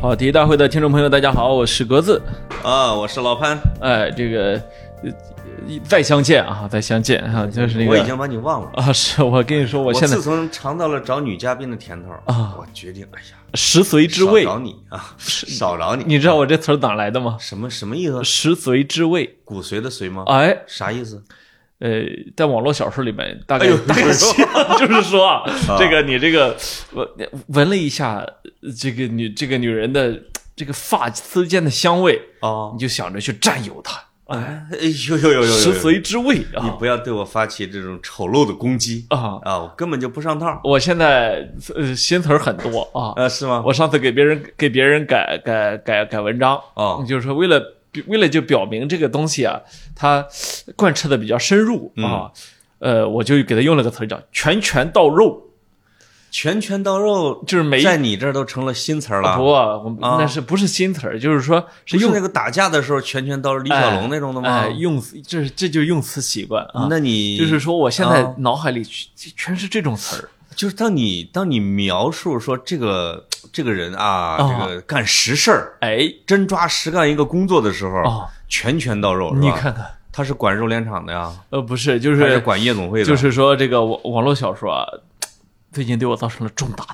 跑题大会的听众朋友，大家好，我是格子。啊，我是老潘，哎，这个呃再相见啊，再相见啊，就是那个我已经把你忘了。啊，是我跟你说，我我现在自从尝到了找女嘉宾的甜头啊我决定，哎呀，食髓知味少，找你啊，少找你。你知道我这词儿哪来的吗？什么什么意思？食髓知味，骨髓的髓吗？哎，啥意思？呃，在网络小说里面，大概、哎呦大概就是 说啊，这个你这个我闻了一下呃这个女这个女人的这个发丝间的香味，哦你，就想着去占有她，哎，哎呦呦呦呦呦，啊食髓知味你啊不要对我发起这种丑陋的攻击啊！啊！我根本就不上套，我现在呃新词儿很多啊，呃，是吗？我上次给别人给别人改改改改文章，哦就是说为了为了就表明这个东西啊，它贯彻的比较深入嗯啊，呃，我就给他用了个词儿叫“拳拳到肉拳拳到肉”，，就是每一在你这儿都成了新词儿了。不，我们啊那是不是新词儿，就是说是不是用那个打架的时候拳拳到肉，李小龙那种的吗哎，？用词这是这就是用词习惯啊，那你就是说我现在啊脑海里全全是这种词儿，就是当你当你描述说这个这个人啊，啊这个干实事儿，哎，真抓实干一个工作的时候，哦拳拳到肉，是吧你，看看，他是管肉联厂的呀，呃，不是，就还是是管夜总会的？就是说这个网网络小说啊，最近对我造成了重大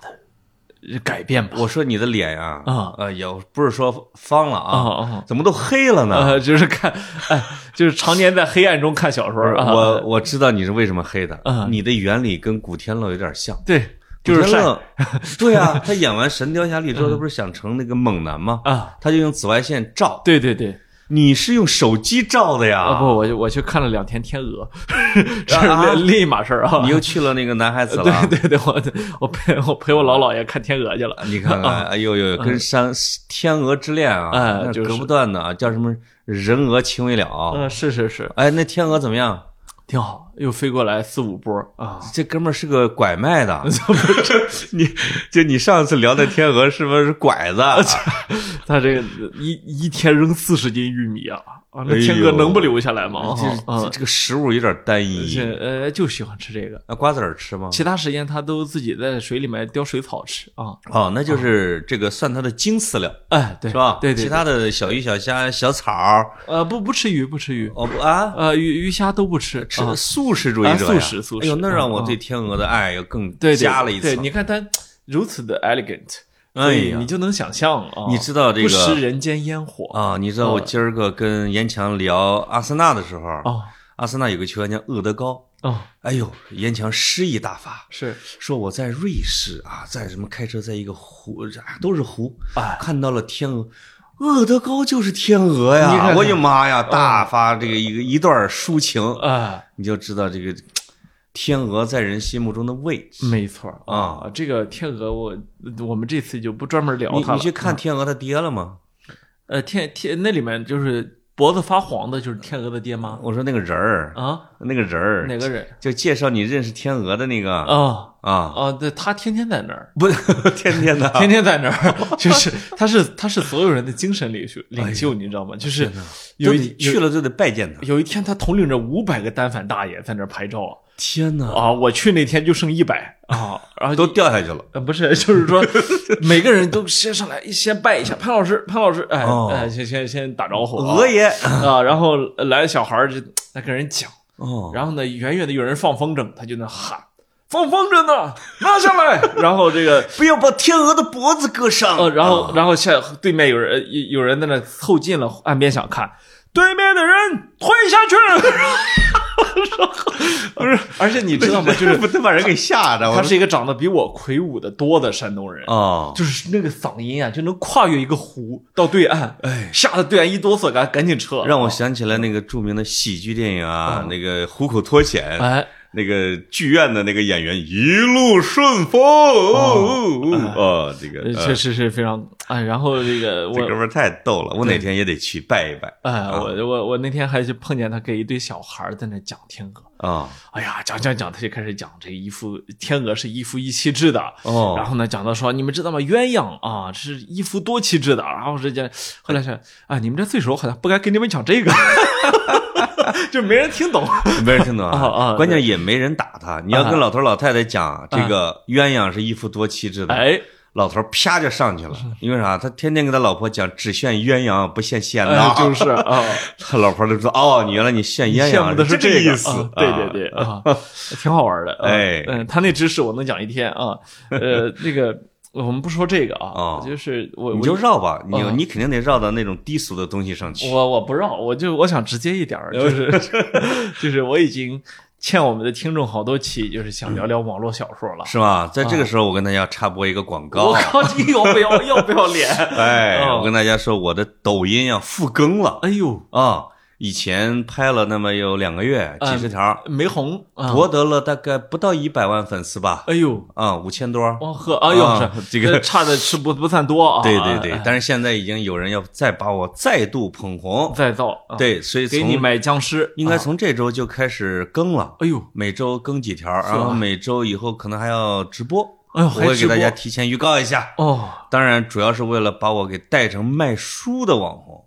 的改变吧。我说你的脸呀，啊呃，也不是说方了啊啊，啊，怎么都黑了 呢？呃，就是看， 哎，就是常年在黑暗中看小说不是啊。我我知道你是为什么黑的啊，你的原理跟古天乐有点像。对，就是古天晒乐，对啊，他演完《神雕侠侣》之后，他不是想成那个猛男吗？啊，他就用紫外线照，对对对你是用手机照的呀？啊，不，我就我去看了两天《天鹅》， 这是啊另另一码事儿 啊你。又去了那个男孩子了。对对对，我我陪我陪我老姥爷看《天鹅》去了。你看看，哎呦呦，跟山天鹅之恋啊，啊嗯哎那就是隔不断的啊，叫什么人鹅情未了。 嗯，是是是，哎，那天鹅怎么样？挺好，又飞过来四五波啊。这哥们儿是个拐卖的，你就你上次聊的天鹅是不是拐啊子？ 他这个一一天扔四十斤玉米啊啊！那哎呦天鹅能不留下来吗？啊这啊这个食物有点单一。这呃就喜欢吃这个，那瓜子儿吃吗？其他时间他都自己在水里面叼水草吃啊。哦，那就是这个算它的精饲料哎，对，是吧？对对，其对他的小鱼、小虾、小草儿，呃不不吃鱼不吃鱼，哦不啊，呃鱼鱼虾都不吃，吃啊素食主义啊者呀素食素食哎呦，那让我嗯嗯对天鹅的爱又更对对加了一对，层。你看他如此的 elegant，哎呀所以你就能想象啊，你知道这不食个人间烟火啊？你知哦道我今儿个跟严强聊阿森纳的时候，啊阿森纳有个球员叫厄德高，啊哎呦，严强诗意大发，是说我在瑞士啊，在什么开车在一个湖，啊、都是湖，哎看到了天鹅。厄德高就是天鹅呀！你看看哦我的妈呀，大发这个一个、一段抒情，啊。你就知道这个天鹅在人心目中的位置。没错儿啊，这个天鹅我我们这次就不专门聊你哦它了。嗯你去看天鹅它爹了吗？呃，天天那里面就是脖子发黄的，就是天鹅的爹妈我说那个人儿，啊，那个人儿，嗯哪个人就介绍你认识天鹅的那个啊啊啊？对，他天天在那儿，不是 天天的， 啊天天在那 儿，就是他是他是所有人的精神领袖领袖，你知道吗？就是有就一你去了。了就得拜见他。有一天，他统领着五百个单反大爷在那儿拍照天哪，啊！我去那天就剩一百啊，然后哦都掉下去了。呃，不是，就是 说每个人都先上来先拜一下潘老师，潘老师，哎、哦哎，先先先打招呼啊，鹅爷，啊，然后来小孩儿就在跟人讲，哦，然后呢，远远的有人放风筝，他就那喊放风筝呢，拿下来。 然后这个不要把天鹅的脖子割伤。呃，然后啊然后下对面有人有有人在那凑近了岸边想看，对面的人推下去。 不是，而且你知道 吗？就是啊不得把人给吓着。他是一个长得比我魁梧的多的山东人。啊，就是那个嗓音啊，就能跨越一个湖到对岸，哎，吓得对岸一哆嗦，赶赶紧撤。让我想起来那个著名的喜剧电影啊，那个《虎口脱险》，哦哎，那个剧院的那个演员一路顺风。哦，这个呃呃确实是非常哎。然后这个我这哥们儿太逗了，我哪天也得去拜一拜哎，我我我那天还去碰见他给一堆小孩儿在那讲天鹅，啊！哎呀，讲讲讲，他就开始讲这一夫天鹅是一夫一妻制的。哦然后呢，讲到说，你们知道吗？鸳鸯啊是一夫多妻制的。然后这件，后来是啊，你们这岁数好像不该跟你们讲这个， 就没人听懂。 没人听懂啊啊啊！关键也没人打他。你要跟老头老太太讲，这个鸳鸯是一夫多妻制的，哎，老头儿啪就 上去了，因为啥？他天天跟他老婆讲只羡鸳鸯不羡仙呐、哎，就是啊，他老婆就说：“哦，你原来你羡鸳羡鸯慕的是是个这意个思。啊对对对啊，挺好玩的。啊哎嗯，他那知识我能讲一天啊。呃，那个我们不说这个啊哦，就是我你就我绕吧，你嗯你肯定得绕到那种低俗的东西上去。我我不绕，我就我想直接一点儿，就是 就是我已经欠我们的听众好多期，就是想聊聊网络小说了。是吧？在这个时候，我跟大家插播一个广告我。靠，你要不要要不要脸？ 哎，哦我跟大家说，我的抖音啊复更了哎呦，啊！以前拍了那么有两个月，嗯几十条，没红啊！博得了大概不到一百万粉丝吧，哎呦，啊，五千多。哇呵，哎呦，啊是这个差的是不不算多啊。 对对对哎，，但是现在已经有人要再把我再度捧红，再造，啊，对，所以给你从买僵尸，应该啊从这周就开始更了，哎呦，每周更几条，吧然后每周以后可能还要直播，哎呦，我会啊还直给播大家提前预告一下。哦，当然，主要是为了把我给带成卖书的网红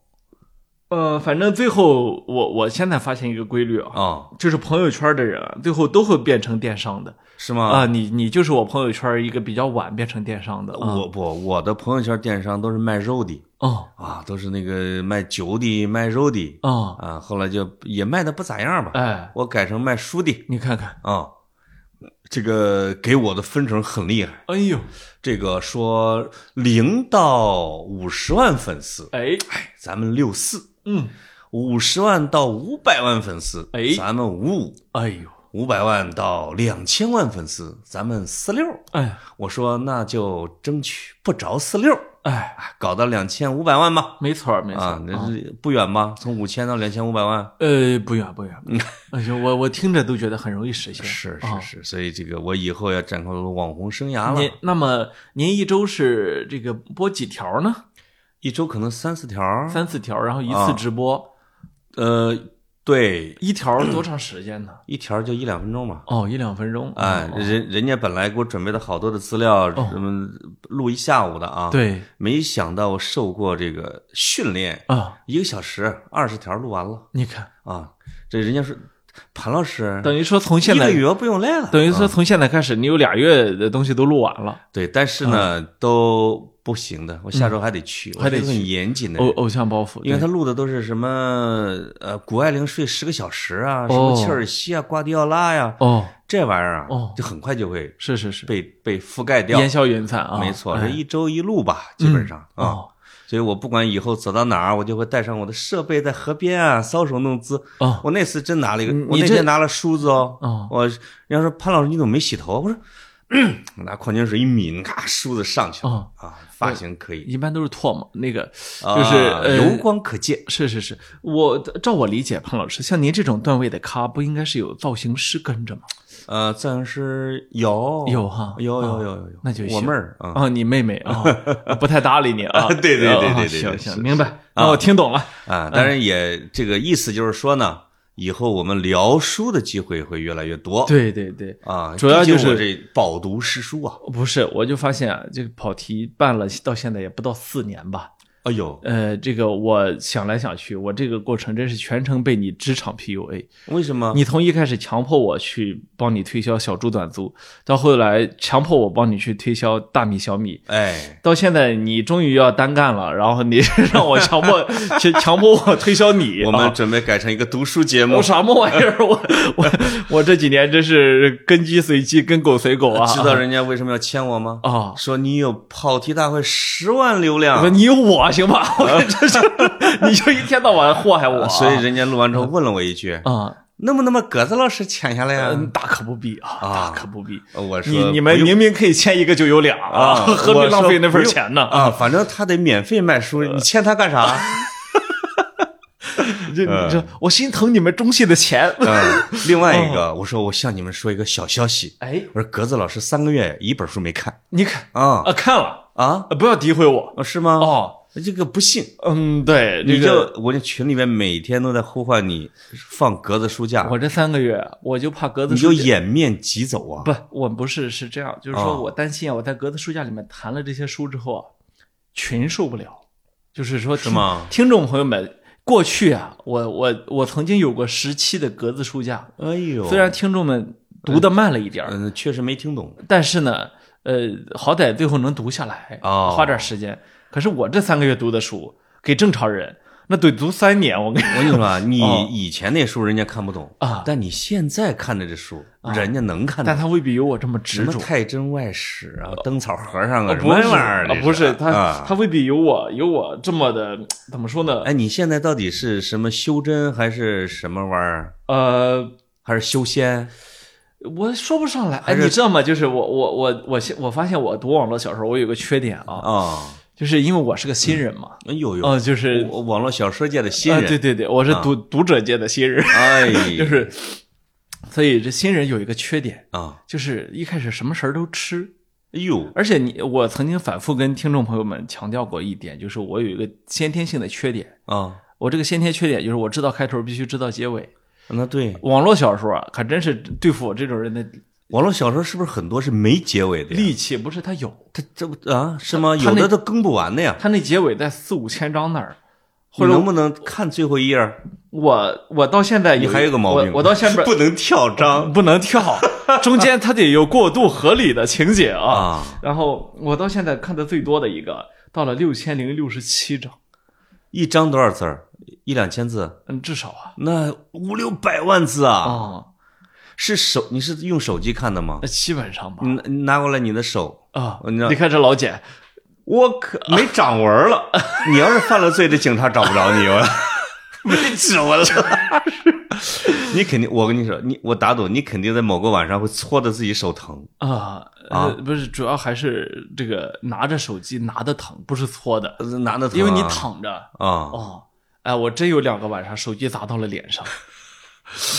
呃，反正最后我我现在发现一个规律啊，啊，就是朋友圈的人啊最后都会变成电商的是吗？啊，你你就是我朋友圈一个比较晚变成电商的，啊我不，我的朋友圈电商都是卖肉的哦啊，都是那个卖酒的、卖肉的哦，啊。后来就也卖的不咋样吧，哎，我改成卖书的你看看，啊。这个给我的分成很厉害，哎呦，这个说零到五十万粉丝，哎，哎，咱们六四；嗯，五十万到五百万粉丝，哎咱们五五；哎呦，五百万到两千万粉丝，咱们四六。哎我说那就争取不着四六，哎，搞到两千五百万吧。没错儿没错儿啊，那是不远吧？从五千到两千五百万。呃，不远不远，哎呦，我我听着都觉得很容易实现。嗯是啊是是，所以这个我以后要展开我的网红生涯您了，那么您一周是这个播几条呢？一周可能三四条。三四条，然后一啊次直播，呃，对，一条多长时间呢？一条就一两分钟吧。哦，一两分钟。哎，哦人人家本来给我准备了好多的资料，什么录一下午的啊。，对没想到我受过这个训练，啊，一个小时二十条录完了你看，啊。这人家说，潘老师，等于说从现一在个，月啊不用来了。等于说从现在开始，你有俩月的东西都录完了。对，但是呢，都不行的。我下周还得去，我嗯还得是个去很严谨的偶人。偶像包袱，因为对他录的都是什么呃，谷爱凌睡十个小时啊，什么哦切尔西啊、瓜迪奥拉呀、哦，这玩意儿啊，哦就很快就会是是是，被被覆盖掉。烟消云散啊，没错，哎这一周一录吧，基本上啊。哦所以我不管以后走到哪儿，我就会带上我的设备，在河边啊搔首弄姿。哦我那次真拿了一个你，嗯我你那这天拿了梳子哦。哦我人家说潘老师你怎么没洗头啊？我说。嗯我拿矿泉水一抿，咔，梳子上去了、哦啊！发型可以，一般都是唾沫那个，啊就是呃油光可见。是是是，我照我理解，潘老师，像您这种段位的咖，不应该是有造型师跟着吗？呃，造型师有有哈有有啊有有有，那就我行妹儿啊，哦啊，你妹妹啊，不太搭理你啊。对对对对对对行是是行，明白。那我听懂了。啊，当然也这个意思就是说呢，以后我们聊书的机会会越来越多。对对对，啊，主要毕竟就是我这饱读诗书啊。不是，我就发现啊，这个跑题办了到现在也不到四年吧。哎呦，呃，这个我想来想去，我这个过程真是全程被你职场 PUA。为什么？你从一开始强迫我去帮你推销小猪短租，到后来强迫我帮你去推销大米小米，哎，到现在你终于要单干了，然后你 让我强迫强强迫我推销你，我啊们准备改成一个读书 节目我，什么玩意儿？我我我这几年真是跟鸡随鸡，跟狗随狗啊！知道人家为什么要签我吗？啊！说你有跑题大会十万流我说量，你有我行吧？我这是你就一天到晚祸害我啊，啊所以人家录完之后问了我一句，啊，能不能把格子老师签下来呀？嗯，大可不必啊，啊大可不必。我说你你不们用明明可以签一个就有俩啊， 何必我浪说费那不份用钱呢？呃啊，反正他得免费卖 书，你欠他干啥？这这，我心疼你们中戏的钱。 嗯，另外一哦个，我说我向你们说一个小消息，哎，我说格子老师三个月一本书没看你看啊啊，看了，啊，呃不要诋毁我哦是吗？，哦。这个不信，嗯，对，你这就个我这群里面每天都在呼唤你放格子书架，我这三个月，我就怕格子你书就架掩面即走啊！不，我不是是这样，就是啊说我担心啊，我在格子书架里面谈了这些书之后啊，群受不了，就是说是吗听众朋友们，过去啊，我我我曾经有过时期的格子书架，哎呦，虽然听众们读的慢了一点儿，嗯确实没听懂但是呢，呃，好歹最后能读下来，哦花点时间。可是我这三个月读的书，给正常人那得读三年。我跟你我跟你说啊，你哦以前那书人家看不懂啊但你现在看的这书，人家能 看但懂。他未必有我这么什执么着。太真外史啊，灯草和尚啊啊，什不么玩是意儿啊这？不是他，啊他未必有我有我这么的，怎么说呢？哎，你现在到底是什么修真还是什么玩意儿？呃，还是修仙？我说不上来。哎，还是你知道吗？就是我我我我现我发现我读网络小说，我有个缺点啊，啊，就是因为我是个新人嘛，哎呦嗯、呦，就是我网络小说界的新啊，对人，对对，我是读、读者界的新人，哎， 就是，所以这新人有一个缺点，啊，就是一开始什么事儿都吃。哎呦，而且你，我曾经反复跟听众朋友们强调过一点，就是我有一个先天性的缺点。啊，我这个先天缺点就是我知道开头必须知道结尾。那对，网络小说啊，可真是对付我这种人的网络小说是不是很多是没结尾的呀？力气，不是他有，他这不啊是吗？他有那的都更不完的呀。他那结尾在四五千章那儿。你或能者不能看最后一页儿？我我到现在你还有个毛病，我我到现在 不能跳章不能 跳，中间它得有过渡合理的情节啊。啊！然后我到现在看的最多的一个，到了六千零六十七章，一章多少字儿？一两千字？嗯，至少啊，那五六百万字啊！啊，是手？你是用手机看的吗那？基本上吧你，拿你拿过来你的手，啊，嗯哦你知道你看这老简，我可没掌纹儿了。 你要是犯了罪，这警察找不着你了， 没指纹了。你肯定，我跟你说，你我打赌，你肯定在某个晚上会搓的自己手疼。啊，啊呃不是，主要还是这个拿着手机拿的疼，不是搓的，呃拿的疼啊，因为你躺着，啊，哦，哎，我真有两个晚上手机砸到了脸上，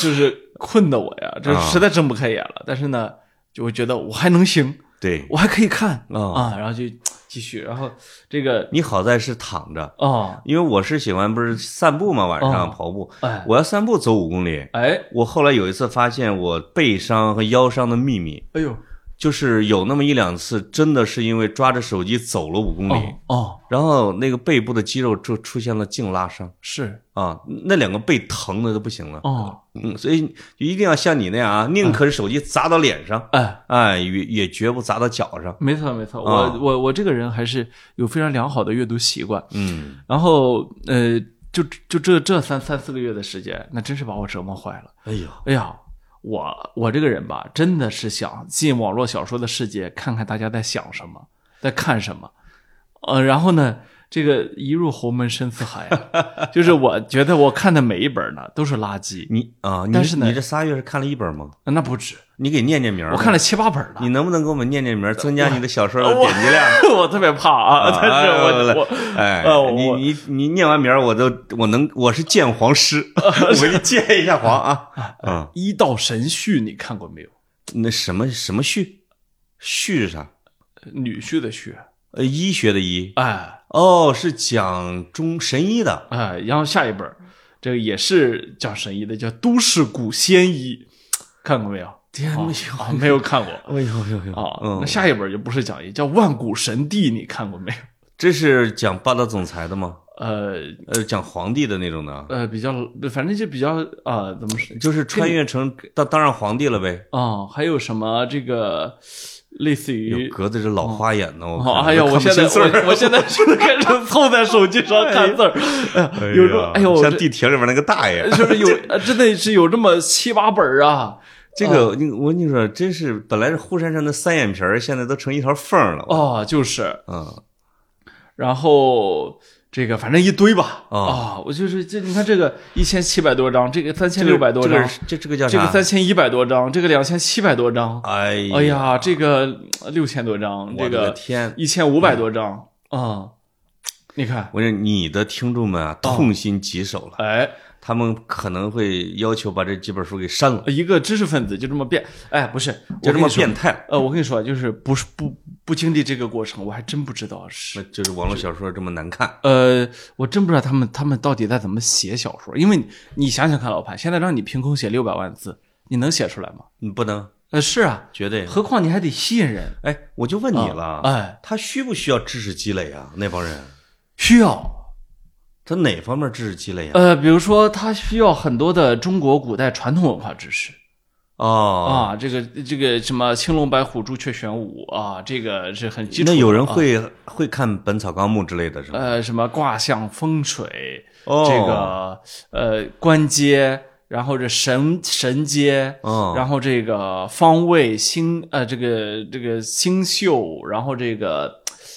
就是困的我呀，这啊实在睁不开眼了，但是呢，就我觉得我还能行，对，我还可以看啊啊，然后就继续，然后这个你好在是躺着，哦，因为我是喜欢不是散步嘛，晚上哦跑步，哎，我要散步走五公里。哎，我后来有一次发现我背伤和腰伤的秘密，哎呦，就是有那么一两次真的是因为抓着手机走了五公里，哦哦，然后那个背部的肌肉就出现了净拉伤是啊，那两个背疼的都不行了。哦，嗯，所以一定要像你那样啊，宁可是手机砸到脸上，哎，哎，也也绝不砸到脚上。没错没错，我、啊我我这个人还是有非常良好的阅读习惯，嗯，然后呃，就就这这三三四个月的时间，那真是把我折磨坏了。哎呦，哎呀，我我这个人吧，真的是想进网络小说的世界，看看大家在想什么，在看什么。呃，然后呢，这个一入侯门深似海啊、 就是我觉得我看的每一本呢都是垃圾，你啊，你但是呢你这仨月是看了一本吗？那不止，你给念念名儿啊我看了七八本了你。能不能给我们念念名儿，增加你的小说的点击量？我特别怕 啊，但是我、我哎呃，我你你你念完名儿，我都我能我是鉴 黄师，我给你鉴一下黄啊啊，医道神序你看过没有？那什么什么序，序是啥？女婿的婿，呃，医学的医哎哦，是讲中神医的哎，然后下一本，这个也是讲神医的，叫《都市古仙医》，看过没有？天啊没啊没有看过哎呦呦呦啊。嗯那，下一本就不是讲医，叫《万古神帝》，你看过没有？这是讲霸道总裁的吗？呃呃，讲皇帝的那种的，呃，比较，反正就比较啊、怎么说就是穿越成当当上皇帝了呗。啊？还有什么这个类似于有格子这老花眼呢，我哦，看哎呀，都我看不现在清字儿我我现在是开始凑在手机上看字儿， 哎呀有时候哎呦，像这地铁里面那个大爷，就是有呃真的是有这么七八本儿啊， 这个你我跟你说，真是本来是忽闪闪的三眼皮儿，现在都成一条缝儿了。哦，就是，嗯，然后这个反正一堆吧，啊、哦我就是这你看这个一千七百多张，这个三千六百多这张，个这这个叫这个啥？三千一百多张，这个两千七百多张，哎哎呀，这个六千多张，我这的个个天！嗯一千五百多张啊、你看，我说你的听众们啊，哦痛心疾首了，哎。他们可能会要求把这几本书给删了，一个知识分子就这么变，哎，不是，我就这跟么你说变。态。呃，我跟你说，就是不是不不经历这个过程，我还真不知道那是。就是网络小说这么难看。呃，我真不知道他们他们到底在怎么写小说，因为你你想想看，老潘，现在让你凭空写六百万字，你能写出来吗？你不能，呃，是啊，绝对。何况你还得吸引人。哎，我就问你啊了，哎，他需不需要知识积累啊？那帮人，需要他哪方面知识积累啊？呃，比如说他需要很多的中国古代传统文化知识，哦，啊，这个这个什么青龙白虎朱雀玄武啊，这个是很基础那的。啊有人会会看《本草纲目》之类的是吗？呃什么卦象风水，哦这个呃官阶，然后这神神阶，哦然后这个方位星呃这个这个星宿，然后这个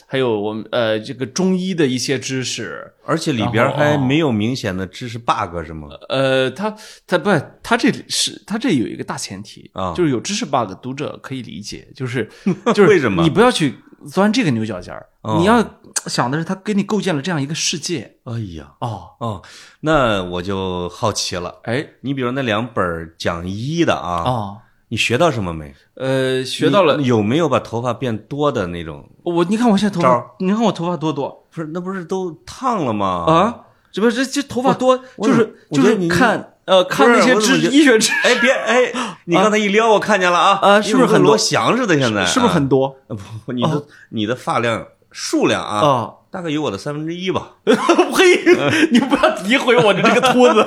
还有我们呃这个中医的一些知识。而且里边然后还没有明显的知识 bug 是吗？呃，他他不，他这里是他这有一个大前提啊就是有知识 bug，读者可以理解，就是就是为什么你不要去钻这个牛角尖儿、哦你要想的是他给你构建了这样一个世界哎呀，哦，哦，那我就好奇了。哎你比如那两本讲医的啊，哦，你学到什么没？呃，学到了你有没有把头发变多的那种？我，你看我现在头招发儿，你看我头发多多不是，那不是都烫了吗？，啊，这不这这头发多嗯我就是我就觉得是你看呃看不是那些我怎么知觉得医学知哎别哎，你刚才一撩我看见了啊啊是不是你怎么很跟多罗翔似的？现在是不是很哦多啊不？你的你的发量数量啊？啊， 大概有我的三分之一吧。 呸！你不要诋毁我的这个秃子。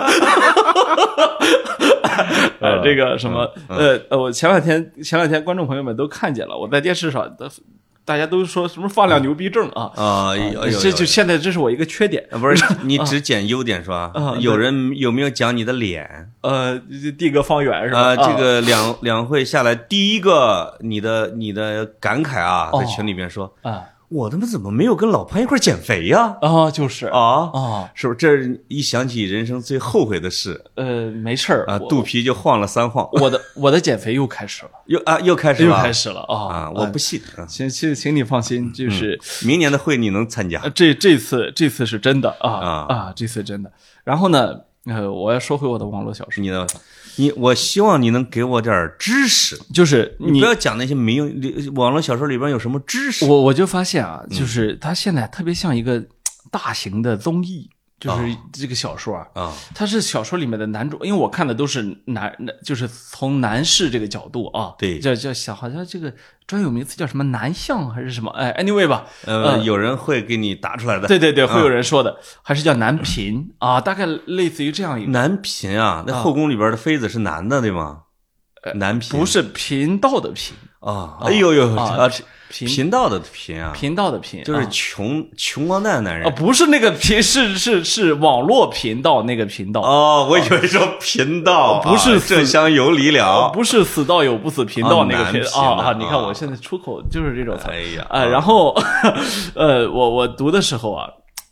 呃，这嗯个什么，呃呃，我前两天前两天观众朋友们都看见了，我在电视上的，大家都说什么放量牛逼症啊，啊，有有这有就现在这是我一个缺点。啊 不是你只捡优点说啊啊有人有没有讲你的脸呃，地格方圆是吧？啊？这个两两会下来，第一个你的你的感慨啊，哦在群里面说，啊我他妈怎么没有跟老潘一块儿减肥呀？啊，就是啊，啊，是不是？这是一想起人生最后悔的事呃，没事儿啊，我肚皮就晃了三晃，我的我的减肥又开始了，又啊又开始又了，开始了啊啊！我不信，啊请请请你放心，嗯就是。明年的会你能参加呃，这这次这次是真的啊啊这次真的。然后呢，呃，我要说回我的网络小说，你的，你我希望你能给我点儿知识，就是你你不要讲那些没用，里网络小说里边有什么知识我我就发现啊，嗯就是它现在特别像一个大型的综艺，就哦是这个小说啊。啊？它是小说里面的男主，因为我看的都是男，男就是从男士这个角度啊，对叫叫小，好像这个专有名词叫什么男相还是什么，哎，anyway 吧，呃，有人会给你答出来的。嗯对对对，会有人说的，还是叫男频啊，大概类似于这样一个。男频啊，那后宫里边的妃子是男的，对吗？男频呃不是频道的频啊，哎呦呦啊啊，频频道的频啊，频道的频，就是啊穷穷光蛋的男啊，人。不是那个频，是是是网络频道那个频道，哦，我以为说频哦道，不是啊这厢有理了。哦不是死道友不死频道啊那个男频频啊的啊！你看啊我现在出口就是这种词哎呀啊，然后 呃，我我读的时候啊。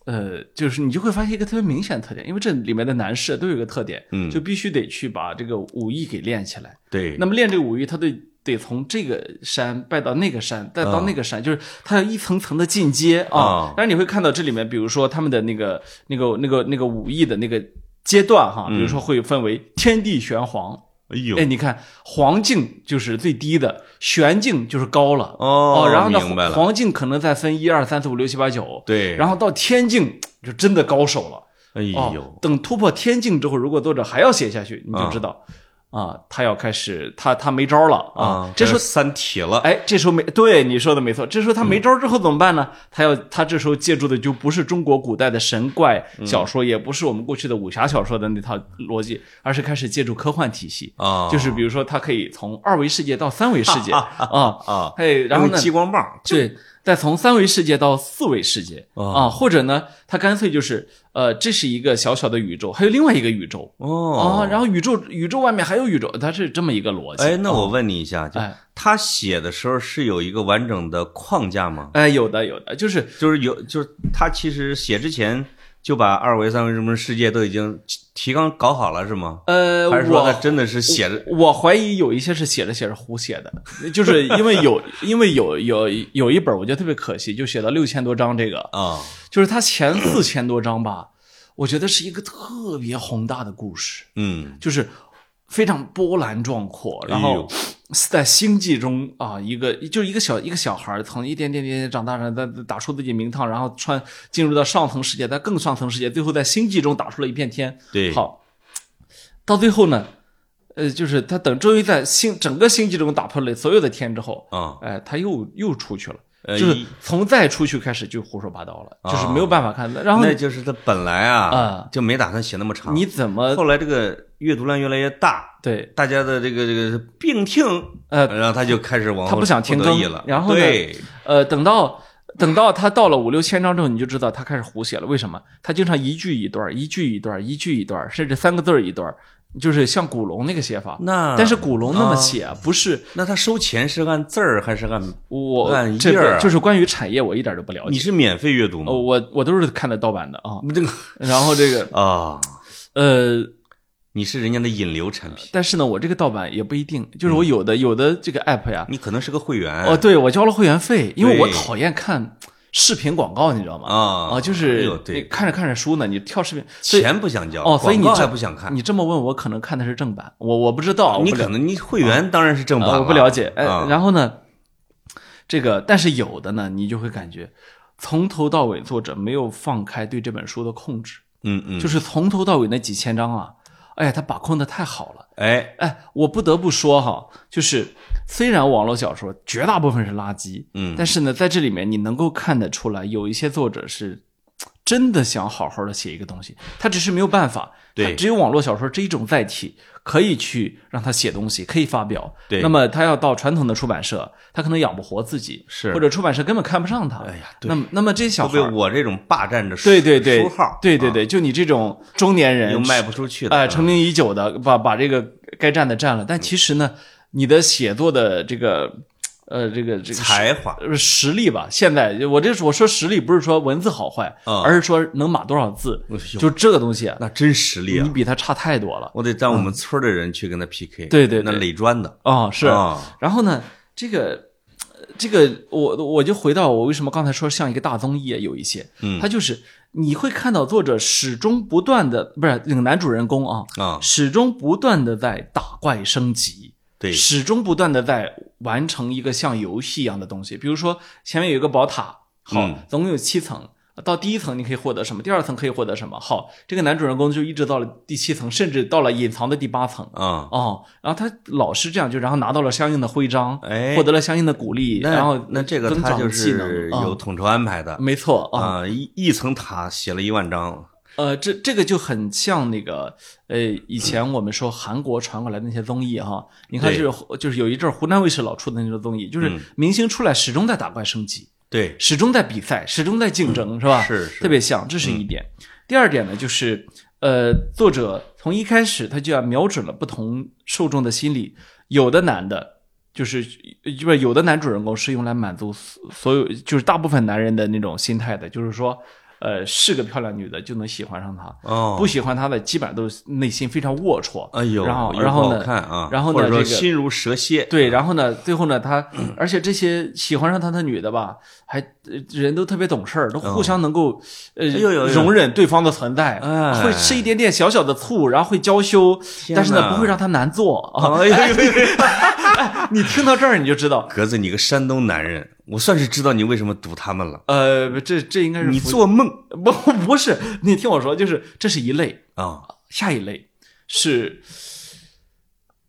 呃，就是你就会发现一个特别明显的特点，因为这里面的男士都有一个特点，嗯就必须得去把这个武艺给练起来。对那，么练这个武艺，他得得从这个山拜到那个山，再嗯到那个山，就是他要一层层的进阶啊啊。但是你会看到这里面，比如说他们的那个那个那个那个武艺的那个阶段哈，比如嗯说会分为天地玄黄。哎呦哎，，你看黄境就是最低的，玄境就是高了哦然后呢明白，了黄境可能再分一二三四五六七八九，对然后到天境就真的高手了。哎哦呦，，等突破天境之后，如果作者还要写下去，你就知道啊，他要开始，他他没招了啊啊，。这时是候，三体了。哎，这时候没对你说的没错，这时候他嗯没招之后怎么办呢？他要他这时候借助的就不是中国古代的神怪嗯小说，也不是我们过去的武侠小说的那套逻辑，而是开始借助科幻体系啊就是比如说他可以从二维世界到三维世 界啊啊哎，然后用呢？激光棒，对，再从三维世界到四维世界、哦啊，或者呢，它干脆就是呃，这是一个小小的宇宙，还有另外一个宇宙、哦啊，然后宇宙宇宙外面还有宇宙，它是这么一个逻辑。哎，那啊我问你一下，就哎他写的时候是有一个完整的框架吗？哎，有的有的，就是就是有，就是他其实写之前就把二维、三维什么世界都已经提纲搞好了，是吗？呃，还是说他我真的是写着我怀疑有一些是写着写着胡写的，就是因为有因为有有有一本我觉得特别可惜，就写到六千多章这个，啊？就是它前四千多章吧，我觉得是一个特别宏大的故事。嗯，就是非常波澜壮阔，然哎后呦 在星际中啊，一个就是一个小一个小孩儿，从一点点点点长大，然后他打出自己名堂，然后穿进入到上层世界，在更上层世界，最后在星际中打出了一片天。对，好，到最后呢，呃，就是他等终于在星整个星际中打破了所有的天之后，啊哎，他又又出去了。呃就是从再出去开始就胡说八道了，就是没有办法看。然后啊那就是他本来啊啊就没打算写那么长。你怎么后来这个阅读量越来越大，对大家的这个这个病听，呃然后他就开始往后他不想停不更得意了，然后呢对，呃等到等到他到了五六千章之后，你就知道他开始胡写了。为什么？他经常一句一段儿，一句一段儿，一句一段儿，甚至三个字儿一段儿，就是像古龙那个写法。那但是古龙那嗯啊么写，不是那他收钱是按字儿还是按？我按这页儿个啊就是关于产业，我一点都不了你解。是免费阅读呃，吗？我我都是看的盗版的啊。这个然后这个啊，呃，你是人家的引流产品，但是呢，我这个盗版也不一定，就是嗯我有的、有的这个 app 呀，你可能是个会员哦，对我交了会员费，因为嗯对我讨厌看视频广告，你知道吗？啊哦就哎是呦你对，看着看着书呢，你跳视频，所以钱不想交哦，所以你广告这还不想看，哦你这么问我，可能看的是正版，我我不知道，我你不了可能你会员当然是正版呃了，我不了解。哎，啊然后呢，这个但是有的呢，你就会感觉从头到尾作者没有放开对这本书的控制，嗯嗯，就是从头到尾那几千章啊，哎呀，他把控的太好了。哎，哎，我不得不说哈，就是虽然网络小说绝大部分是垃圾，嗯但是呢，在这里面你能够看得出来，有一些作者是真的想好好的写一个东西，他只是没有办法，对他只有网络小说这一种载体可以去让他写东西，可以发表。对那么他要到传统的出版社，他可能养不活自己，是或者出版社根本看不上他。哎呀对那么那么这些小会孩被儿，我这种霸占着书对对对书号，，对对对，就你这种中年啊，人又卖不出去的，嗯哎，成名已久的把把这个该占的占了，但其实呢，你的写作的这个呃这个这个才华，呃实力吧，现在我这我说实力不是说文字好坏，嗯而是说能码多少字，就这个东西啊，那哦真实力啊你！比他差太多了我得让我们村儿的人去跟他 PK，嗯对对对那垒砖的啊、是。啊然后呢，这个呃这个我我就回到我为什么刚才说像一个大综艺啊有一些，嗯他就是你会看到作者始终不断的不是那个男主人公啊，啊，始终不断的在打怪升级，对，始终不断的在完成一个像游戏一样的东西。比如说前面有一个宝塔，好，嗯总共有七层。到第一层你可以获得什么？第二层可以获得什么？好，这个男主人公就一直到了第七层，甚至到了隐藏的第八层。啊，哦，然后他老是这样，就然后拿到了相应的徽章，哎获得了相应的鼓励，那然后那这个增他长就技能是有啊统筹安排的没错啊，啊，一一层塔写了一万章，呃，这这个就很像那个，呃，以前我们说韩国传过来的那些综艺哈，你看对就是就是有一阵儿湖南卫视老出的那种综艺，就是嗯明星出来始终在打怪升级，对，始终在比赛，始终在竞争，是吧？嗯是嗯是特别像，这是一点。第二点呢，就是呃，作者从一开始他就要瞄准了不同受众的心理，有的男的。就是，不是有的男主人公是用来满足所所有，就是大部分男人的那种心态的，就是说，呃，是个漂亮女的就能喜欢上她，哦，不喜欢她的基本上都是内心非常龌龊，哎呦，然后又然不后好呢看啊，然后呢或者说这个心如蛇蝎，对，然后呢，最后呢，他，而且这些喜欢上他的女的吧，还呃人都特别懂事儿，都互相能够，呃，嗯哎呦呦呦容忍对方的存在，哎会吃一点点小小的醋，然后会娇羞，但是哪呢，不会让他难做 啊。 哎呦呦呦呦， 你听到这儿你就知道，格子，你个山东男人，我算是知道你为什么读他们了，呃，这这应该是你福做梦 不不是，你听我说，就是这是一类，啊，下一类是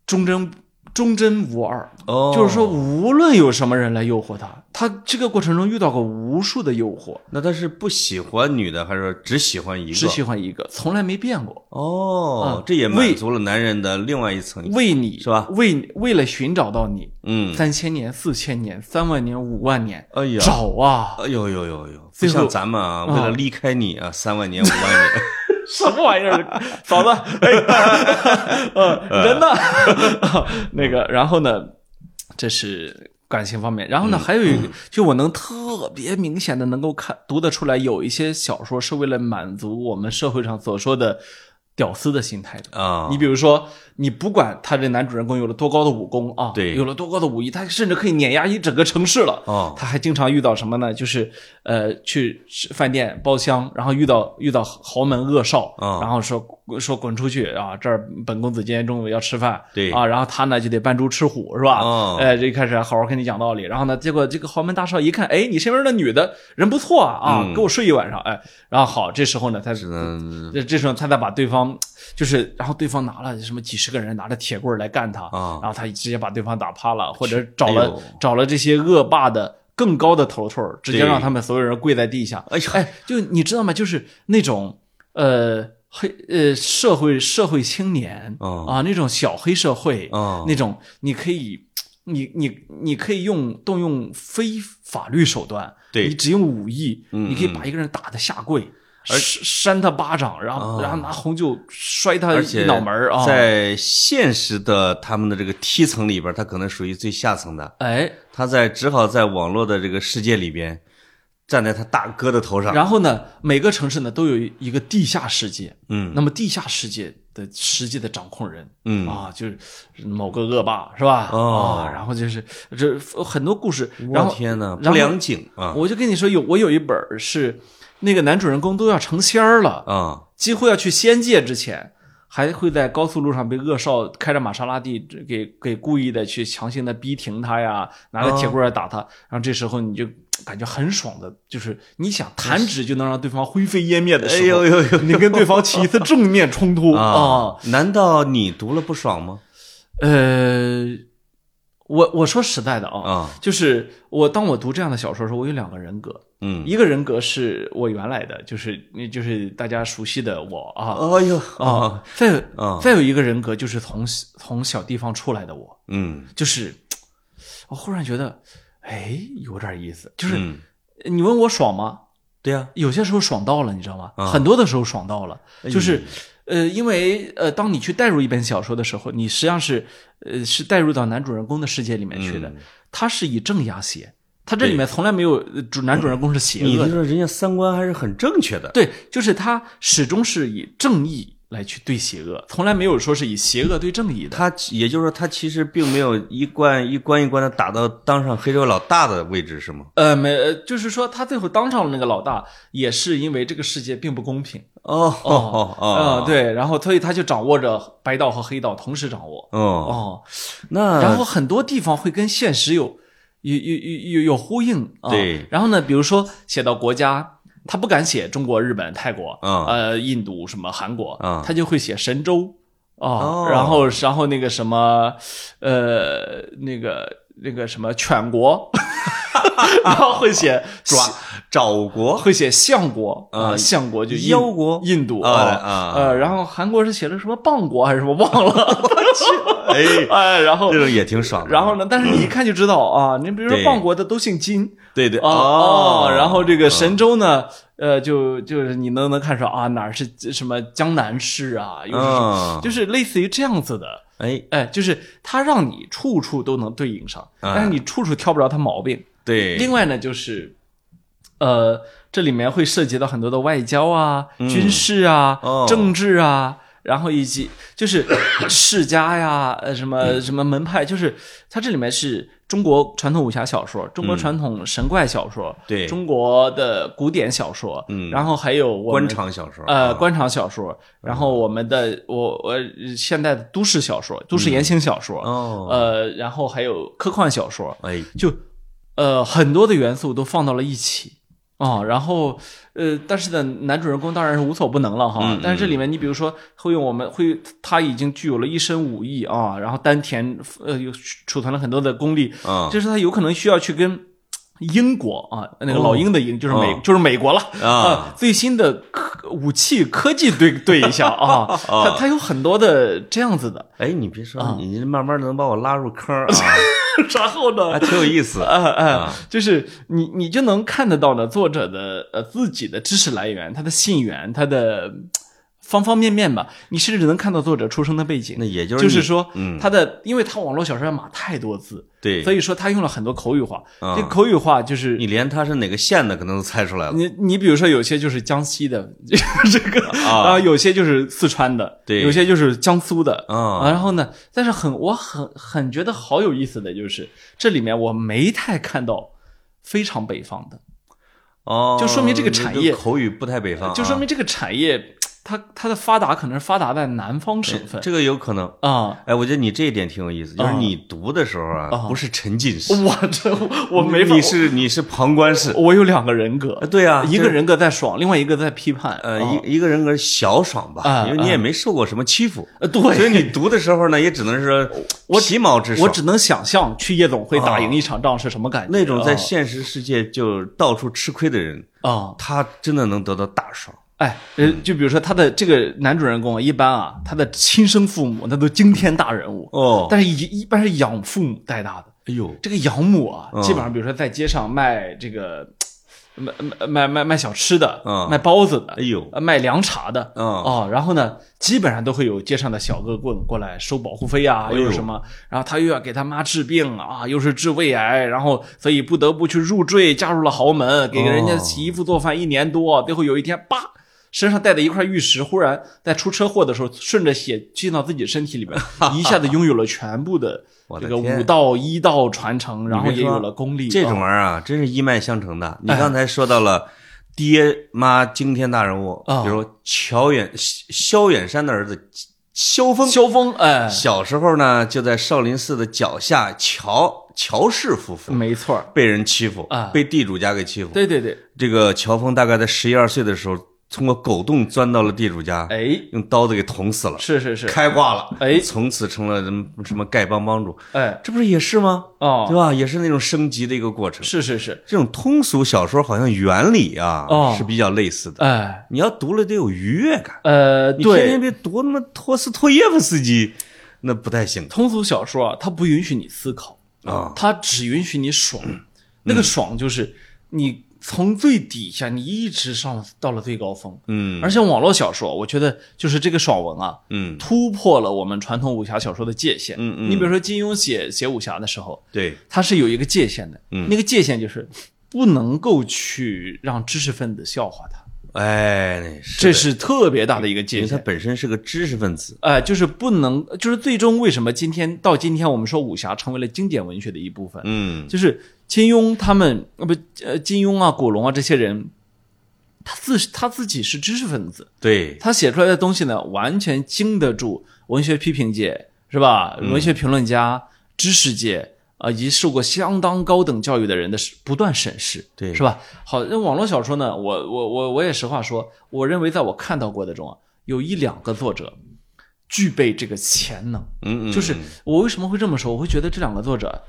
忠贞忠贞无二，哦，就是说，无论有什么人来诱惑他，他这个过程中遇到过无数的诱惑，那他是不喜欢女的，还是只喜欢一个？只喜欢一个，从来没变过。哦啊，这也满为足了男人的另外一层，为你是吧为你为了寻找到你，嗯，三千年、四千年、三万年、五万年，哎呀，找啊，哎呦呦呦呦，不最后像咱们啊，为了离开你啊，三万年五万年， 什么玩意儿？ 嫂子，哎，呃，人呢？ 那个，然后呢，这是感情方面。然后呢，还有一个，就我能特别明显的能够看读得出来，有一些小说是为了满足我们社会上所说的屌丝的心态的。啊，你比如说，你不管他这男主人公有了多高的武功啊，对有了多高的武艺，他甚至可以碾压一整个城市了。哦他还经常遇到什么呢？就是呃，去吃饭店包厢，然后遇到遇到豪门恶少，哦然后说说滚出去啊！这儿本公子今天中午要吃饭，对啊，然后他呢就得扮猪吃虎是吧？哦哎，这一开始还好好跟你讲道理，然后呢，结果这个豪门大少一看，哎，你身边的女的人不错啊，啊嗯，给我睡一晚上，哎，然后好，这时候呢，他只能这这时候他再把对方就是，然后对方拿了什么几十个人拿着铁棍儿来干他，啊然后他直接把对方打趴了，或者找了、哎呦找了这些恶霸的更高的头头儿，直接对让他们所有人跪在地下。哎呀哎，就你知道吗？就是那种呃黑呃社会社会青年、哦啊，那种小黑社会、哦那种，你可以。你你你可以用动用非法律手段，对你只用武艺，嗯你可以把一个人打得下跪，扇扇他巴掌，然后、哦然后拿红酒摔他而且脑门儿啊！在现实的他们的这个梯层里边，他可能属于最下层的，哎，他在只好在网络的这个世界里边，站在他大哥的头上。然后呢，每个城市呢都有一个地下世界，嗯那么地下世界的实际的掌控人，嗯啊，就是某个恶霸是吧？哦啊，然后就是这很多故事，然我后天哪，然后不良警啊我就跟你说，有我有一本儿是那个男主人公都要成仙儿了，啊！几乎要去仙界之前，还会在高速路上被恶少开着玛莎拉蒂给给故意的去强行的逼停他呀，拿着铁棍儿打嗯他，然后这时候你就感觉很爽的，就是你想弹指就能让对方灰飞烟灭的哎时候，呦呦呦！你跟对方起一次正面冲突哦啊！难道你读了不爽吗？呃，我我说实在的啊，啊，就是我当我读这样的小说的时候，我有两个人格。嗯，一个人格是我原来的，就是就是大家熟悉的我啊，哎呦啊，啊，再有啊再有一个人格就是从从小地方出来的我，嗯，就是我忽然觉得，哎，有点意思。就是、嗯你问我爽吗？对呀，有些时候爽到了，你知道吗？啊很多的时候爽到了，哎就是。呃，因为呃，当你去带入一本小说的时候，你实际上是呃是带入到男主人公的世界里面去的嗯。他是以正压邪，他这里面从来没有呃主男主人公是邪你恶的，这个人家三观还是很正确的。对，就是他始终是以正义来去对邪恶，从来没有说是以邪恶对正义的。他也就是说，他其实并没有一关一关一关的打到当上黑社会老大的位置，是吗？呃，没，呃就是说他最后当上了那个老大，也是因为这个世界并不公平哦哦啊、呃，对，然后所以他就掌握着白道和黑道同时掌握哦，哦，那然后很多地方会跟现实有有有有有有呼应啊。对然后呢，比如说写到国家。他不敢写中国、日本、泰国、嗯呃、印度什么韩国，嗯他就会写神州哦哦然后然后那个什么，呃，那个那个什么犬国， 然后会写抓赵 国会写相国啊，啊相国就印妖国印度啊啊呃，然后韩国是写了什么邦国还是什么忘 了，哎，哎，然后这种也挺爽的。然后呢，但是你一看就知道啊，你比如说对邦国的都姓金对对啊哦然后这个神州呢，呃，就就是你能能看出啊哪儿是什么江南市啊，又是什么啊，就是类似于这样子的，哎哎，就是它让你处处都能对应上，啊但是你处处挑不着它毛病。对，另外呢，就是，呃，这里面会涉及到很多的外交啊、军事啊、嗯哦政治啊，然后以及就是 世家呀、呃什么嗯什么门派，就是它这里面是中国传统武侠小说、中国传统神怪小说、嗯对中国的古典小说，嗯然后还有我们官场小说呃，啊官场小说，然后我们的我我呃现代的都市小说、都市言情小说，哦呃，然后还有科幻小说，哎就呃很多的元素都放到了一起啊、然后呃，但是呢，男主人公当然是无所不能了哈。嗯嗯但是这里面你比如说会用我们会他已经具有了一身武艺啊，然后丹田呃有储存了很多的功力，啊就是他有可能需要去跟。英国啊，那个老鹰的鹰、就是美、哦就是呃美国了啊最新的科武器科技对对一下啊，它它有很多的这样子 的，哎，你别啊说，你这慢慢能把我拉入 坑儿啊，然后呢还挺有意 思。啊啊啊，就是你你就能看得到呢，作者的呃自己的知识来源，他的信源，他的嗯方方面面吧，你甚至能看到作者出生的背景。那也就就是你说，嗯他的，因为他网络小说要码太多字，对，所以说他用了很多口语化。啊这口语化就是你连他是哪个县的可能都猜出来了。你你比如说有些就是江西的这个啊然后有些就是四川的，对有些就是江苏的啊然后呢，但是很我很很觉得好有意思的就是这里面我没太看到非常北方的，哦，就说明这个产业口语不太北方啊，就说明这个产业它它的发达可能是发达在南方省份这个有可能。啊。哎，我觉得你这一点挺有意思，就是啊你读的时候啊，啊不是沉浸式，我这我没法你，是你是旁观式。我有两个人格啊，对啊，一就个是人格在爽，另外一个在批判。呃啊一一个人格小爽吧，啊因为你也没受过什么欺负，呃对所以你读的时候呢，也只能是我皮毛之我爽。只能想象去夜总会啊打赢一场仗是什么感觉。那种在啊现实世界就到处吃亏的人，啊，他真的能得到大爽。哎，呃，就比如说他的这个男主人公啊，一般啊，他的亲生父母那都惊天大人物，哦，但是一一般是养父母带大的。哎呦，这个养母啊嗯，基本上比如说在街上卖这个。卖卖卖卖卖小吃的，嗯卖包子的，哎呦呃，卖凉茶的，嗯哦，然后呢，基本上都会有街上的小恶棍过来收保护费啊，哎呦又是什么，然后他又要给他妈治病啊，又是治胃癌，然后所以不得不去入赘，嫁入了豪门，给人家哦洗衣服做饭一年多，最后有一天，叭，身上带的一块玉石，忽然在出车祸的时候，顺着血进到自己身体 里边，一下子拥有了全部的我的这个天武道、医道传承，然后别也有说了功力。哎这种啊玩意儿啊，真是一脉相承的。你刚才说到了爹妈惊天大人物，啊比如乔远萧萧远山的儿子萧峰，萧峰，哎，小时候呢就在少林寺的脚下乔乔氏夫妇没错儿，被人欺负啊，被地主家给欺负。对对对，这个乔峰大概在十一二岁的时候，通过狗洞钻到了地主家，哎，用刀子给捅死了，是是是，开挂了，哎从此成了什么什么丐帮帮主，哎，这不是也是吗？对哦，吧？也是那种升级的一个过程。是是是，这种通俗小说好像原理啊、哦是比较类似的。哎，你要读了得有愉悦感，呃，你天对天，别读他妈托斯托耶夫斯基，那不太行通俗小说啊，它不允许你思考，啊。嗯它只允许你爽，那个爽就是你从最底下，你一直上到了最高峰。嗯而且网络小说，我觉得就是这个爽文啊，嗯，突破了我们传统武侠小说的界限。嗯嗯你比如说金庸写写武侠的时候，对，它是有一个界限的，嗯那个界限就是不能够去让知识分子笑话他，哎，那是这的是特别大的一个因界为他限。本身是个知识分子。呃，就是不能，就是最终为什么今天到今天我们说武侠成为了经典文学的一部分，嗯就是金庸他们呃不呃金庸啊古龙啊这些人，他自他自己是知识分子，对，他写出来的东西呢，完全经得住文学批评界是吧？文学评论家、知识界啊、以及受过相当高等教育的人的是不断审视，对是吧？好，那网络小说呢，我我我我也实话说，我认为在我看到过的中啊，有一两个作者具备这个潜能，嗯嗯，就是我为什么会这么说？我会觉得这两个作者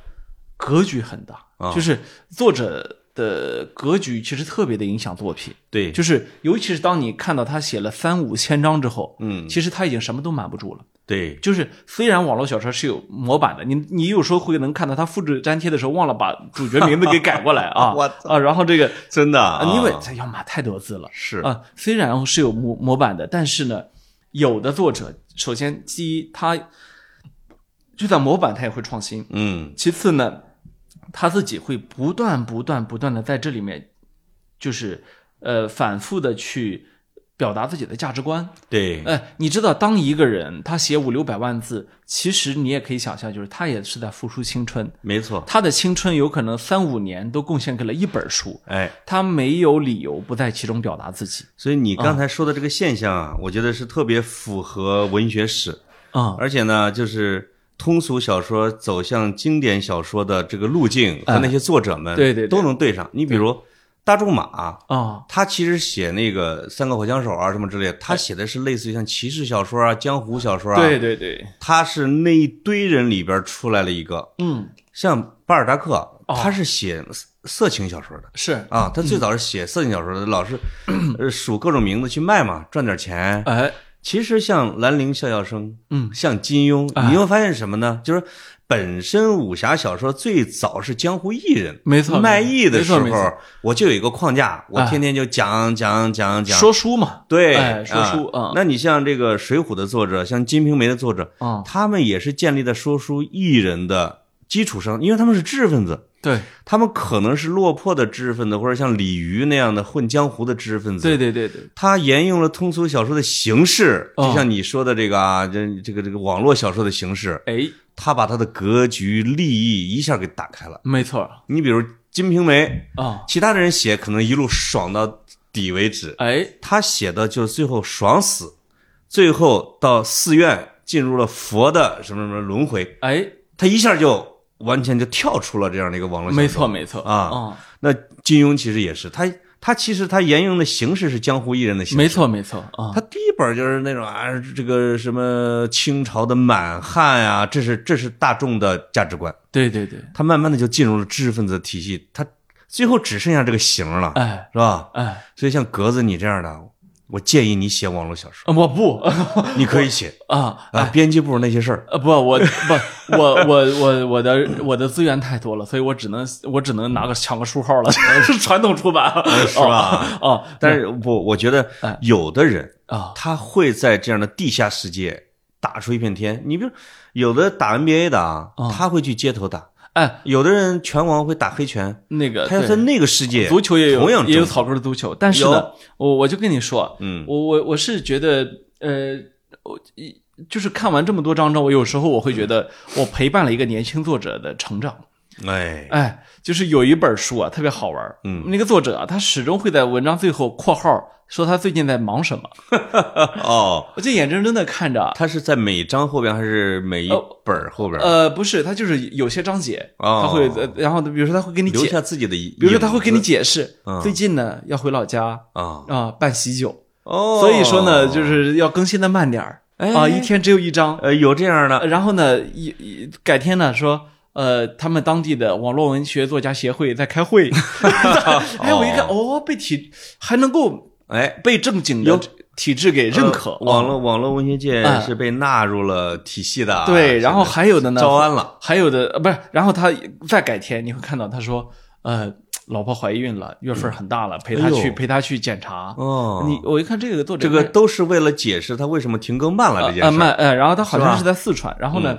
格局很大，啊就是作者的格局其实特别的影响作品。对，就是尤其是当你看到他写了三五千章之后，嗯其实他已经什么都瞒不住了。对，就是虽然网络小说是有模板的，你你有时候会能看到他复制粘贴的时候忘了把主角名字给改过来啊， 我操啊，然后这个真的啊啊，，因为他要码太多字了是啊，虽然是有模模板的，但是呢，有的作者首先第一他就算模板他也会创新，嗯其次呢，他自己会不断、不断、不断的在这里面，就是呃反复的去表达自己的价值观。对，哎、你知道，当一个人他写五六百万字，其实你也可以想象，就是他也是在付出青春，没错，他的青春有可能三五年都贡献给了一本书，哎，他没有理由不在其中表达自己。所以你啊刚才说的这个现象啊，我觉得是特别符合文学史。啊、而且呢，就是通俗小说走向经典小说的这个路径和那些作者们，哎对对对都能对上。你比如大仲马，啊、他其实写那个《三个火枪手》啊什么之类的，他写的是类似于像骑士小说啊、江湖小说啊。对，对对，他是那一堆人里边出来了一个，嗯，哦像巴尔扎克，他是写色情小说的。是，啊，他最早是写色情小说的，老是呃数各种名字去卖嘛，赚点钱。哎，其实像兰陵笑笑生，嗯像金庸，啊你会发现什么呢？就是本身武侠小说最早是江湖艺人，没错卖艺的时没错没候，我就有一个框架，我啊天天就讲讲讲讲。说书嘛，对，哎说啊书啊那你像这个《水浒》的作者，像《金瓶梅》的作者，啊、他们也是建立在说书艺人的基础上，因为他们是知识分子。对，他们可能是落魄的知识分子，或者像李渔那样的混江湖的知识分子。对对对对，他沿用了通俗小说的形式，哦就像你说的这个啊，这这个这个网络小说的形式，哎，他把他的格局利益一下给打开了。没错儿你比如《金瓶梅》，啊、其他的人写可能一路爽到底为止。哎，他写的就是最后爽死，最后到寺院进入了佛的什么什么轮回，哎，他一下就完全就跳出了这样的一个网络。没错，没错嗯啊那金庸其实也是，他他其实他沿用的形式是江湖艺人的嗯形式，没错，没错啊他，第一本就是那种啊，这个什么清朝的满汉呀、这是这是大众的价值观。对对对，他慢慢的就进入了知识分子体系，他最后只剩下这个形了，哎是吧？哎，所以像格子你这样的，我建议你写网络小说，呃我不 你可以写啊。啊，编辑部那些事儿。呃，不，我不，我我我我的我的资源太多了，所以我只能我只能拿个抢个书号了， 是传统出版，是吧哦？哎哦，但是不，我觉得有的人啊，他会在这样的地下世界打出一片天。你比如有的打 NBA 的啊，哦他会去街头打；哎，有的人拳王会打黑拳，那个他要呃对在那个世界，足球也有同样也有重草根足球，但是呢，我我就跟你说，嗯我我我是觉得，呃，我一就是看完这么多章之后，我有时候我会觉嗯得我陪伴了一个年轻作者的成长。哎，哎，就是有一本书啊，特别好玩儿。嗯那个作者啊，他始终会在文章最后括号说他最近在忙什么，哦，我就眼睁睁的看着。他是在每章后边还是每一本儿后边？呃，不是，他就是有些章节，哦他会，呃然后比如说他会给你留解，下自己的影子，比比如说他会给你解释，嗯最近呢要回老家啊、啊，办喜酒，哦，所以说呢，就是要更新的慢点儿哎啊，一天只有一张。呃有这样的，然后呢，一一改天呢说。呃，他们当地的网络文学作家协会在开会， 哎，我一看，哦，被体还能够哎，被正经的有呃体制给认可，哦网络网络文学界哎是被纳入了体系的啊，对，然后是还有的呢，招安了，还有的呃不是，然后他再改天你会看到他说，呃，老婆怀孕了，月份很大了，陪她哎呦去陪她去检查。哦，你我一看这个作者这个都是为了解释他为什么停更慢了这呃件事慢儿，呃，然后他好是像吧嗯是在四川，然后呢，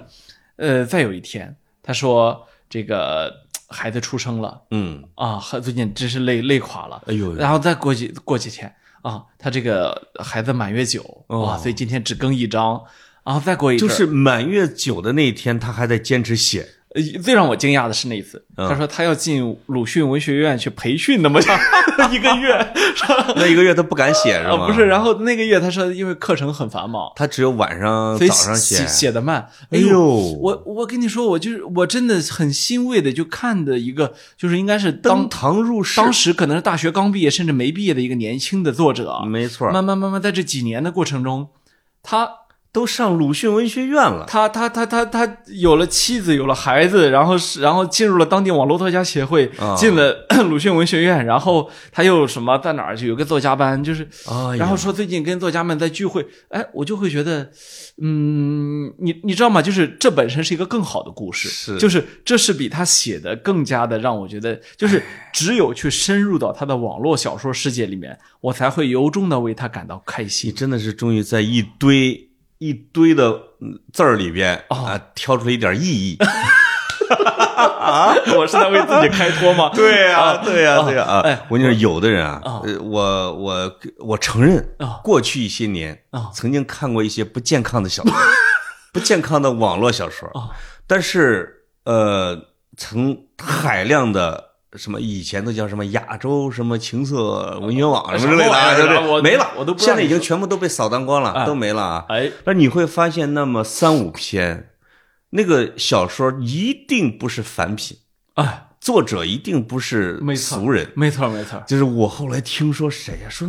呃，再有一天他说这个嘖孩子出生了嗯，啊，孩最近真是累累垮了，哎呦，然后再过几过几天啊，他这个孩子满月九哦哇，所以今天只更一章，然后再过一阵就儿是满月九的那一天，他还在坚持写，呃最让我惊讶的是那一次，嗯他说他要进鲁迅文学院去培训那么长 一个月，是吧那一个月他不敢写 是啊吗？不是，，然后那个月他说因为课程很繁忙，他只有晚上所以早上写写，写的慢，哎哎呦，我我跟你说，我就是我真的很欣慰的，就看的一个，就是应该是登当堂入室，当时可能是大学刚毕业甚至没毕业的一个年轻的作者，没错儿，慢慢慢慢在这几年的过程中，他都上鲁迅文学院了。他他他他他有了妻子，有了孩子，然后是然后进入了当地网络作家协会，啊进了 鲁迅文学院，然后他又什么在哪儿就有个作家班，就是哎呀然后说最近跟作家们在聚会，哎，我就会觉得，嗯，你你知道吗？就是这本身是一个更好的故事，是就是这是比他写的更加的让我觉得，就是只有去深入到他的网络小说世界里面，我才会由衷的为他感到开你心。真的是终于在一堆一堆的嗯字儿里边哦啊，挑出了一点意义。 我是在为自己开脱 吗？对呀，对呀，对呀哎啊！我跟你说，有的人啊啊，呃我我我承认啊，过去一些年啊曾经看过一些不健康的小说， 不健康的网络小说啊， 但是呃，曾海量的。什么以前都叫什么亚洲什么情色文学网什么之类的啊，什么玩意儿啊对我没了，我都不知道现在已你经说全部都被扫荡光了，哎都没了啊。哎，那你会发现，那么三五篇，那个小说一定不是凡品，哎，作者一定不是没错俗人。没错没错，就是我后来听说谁呀、说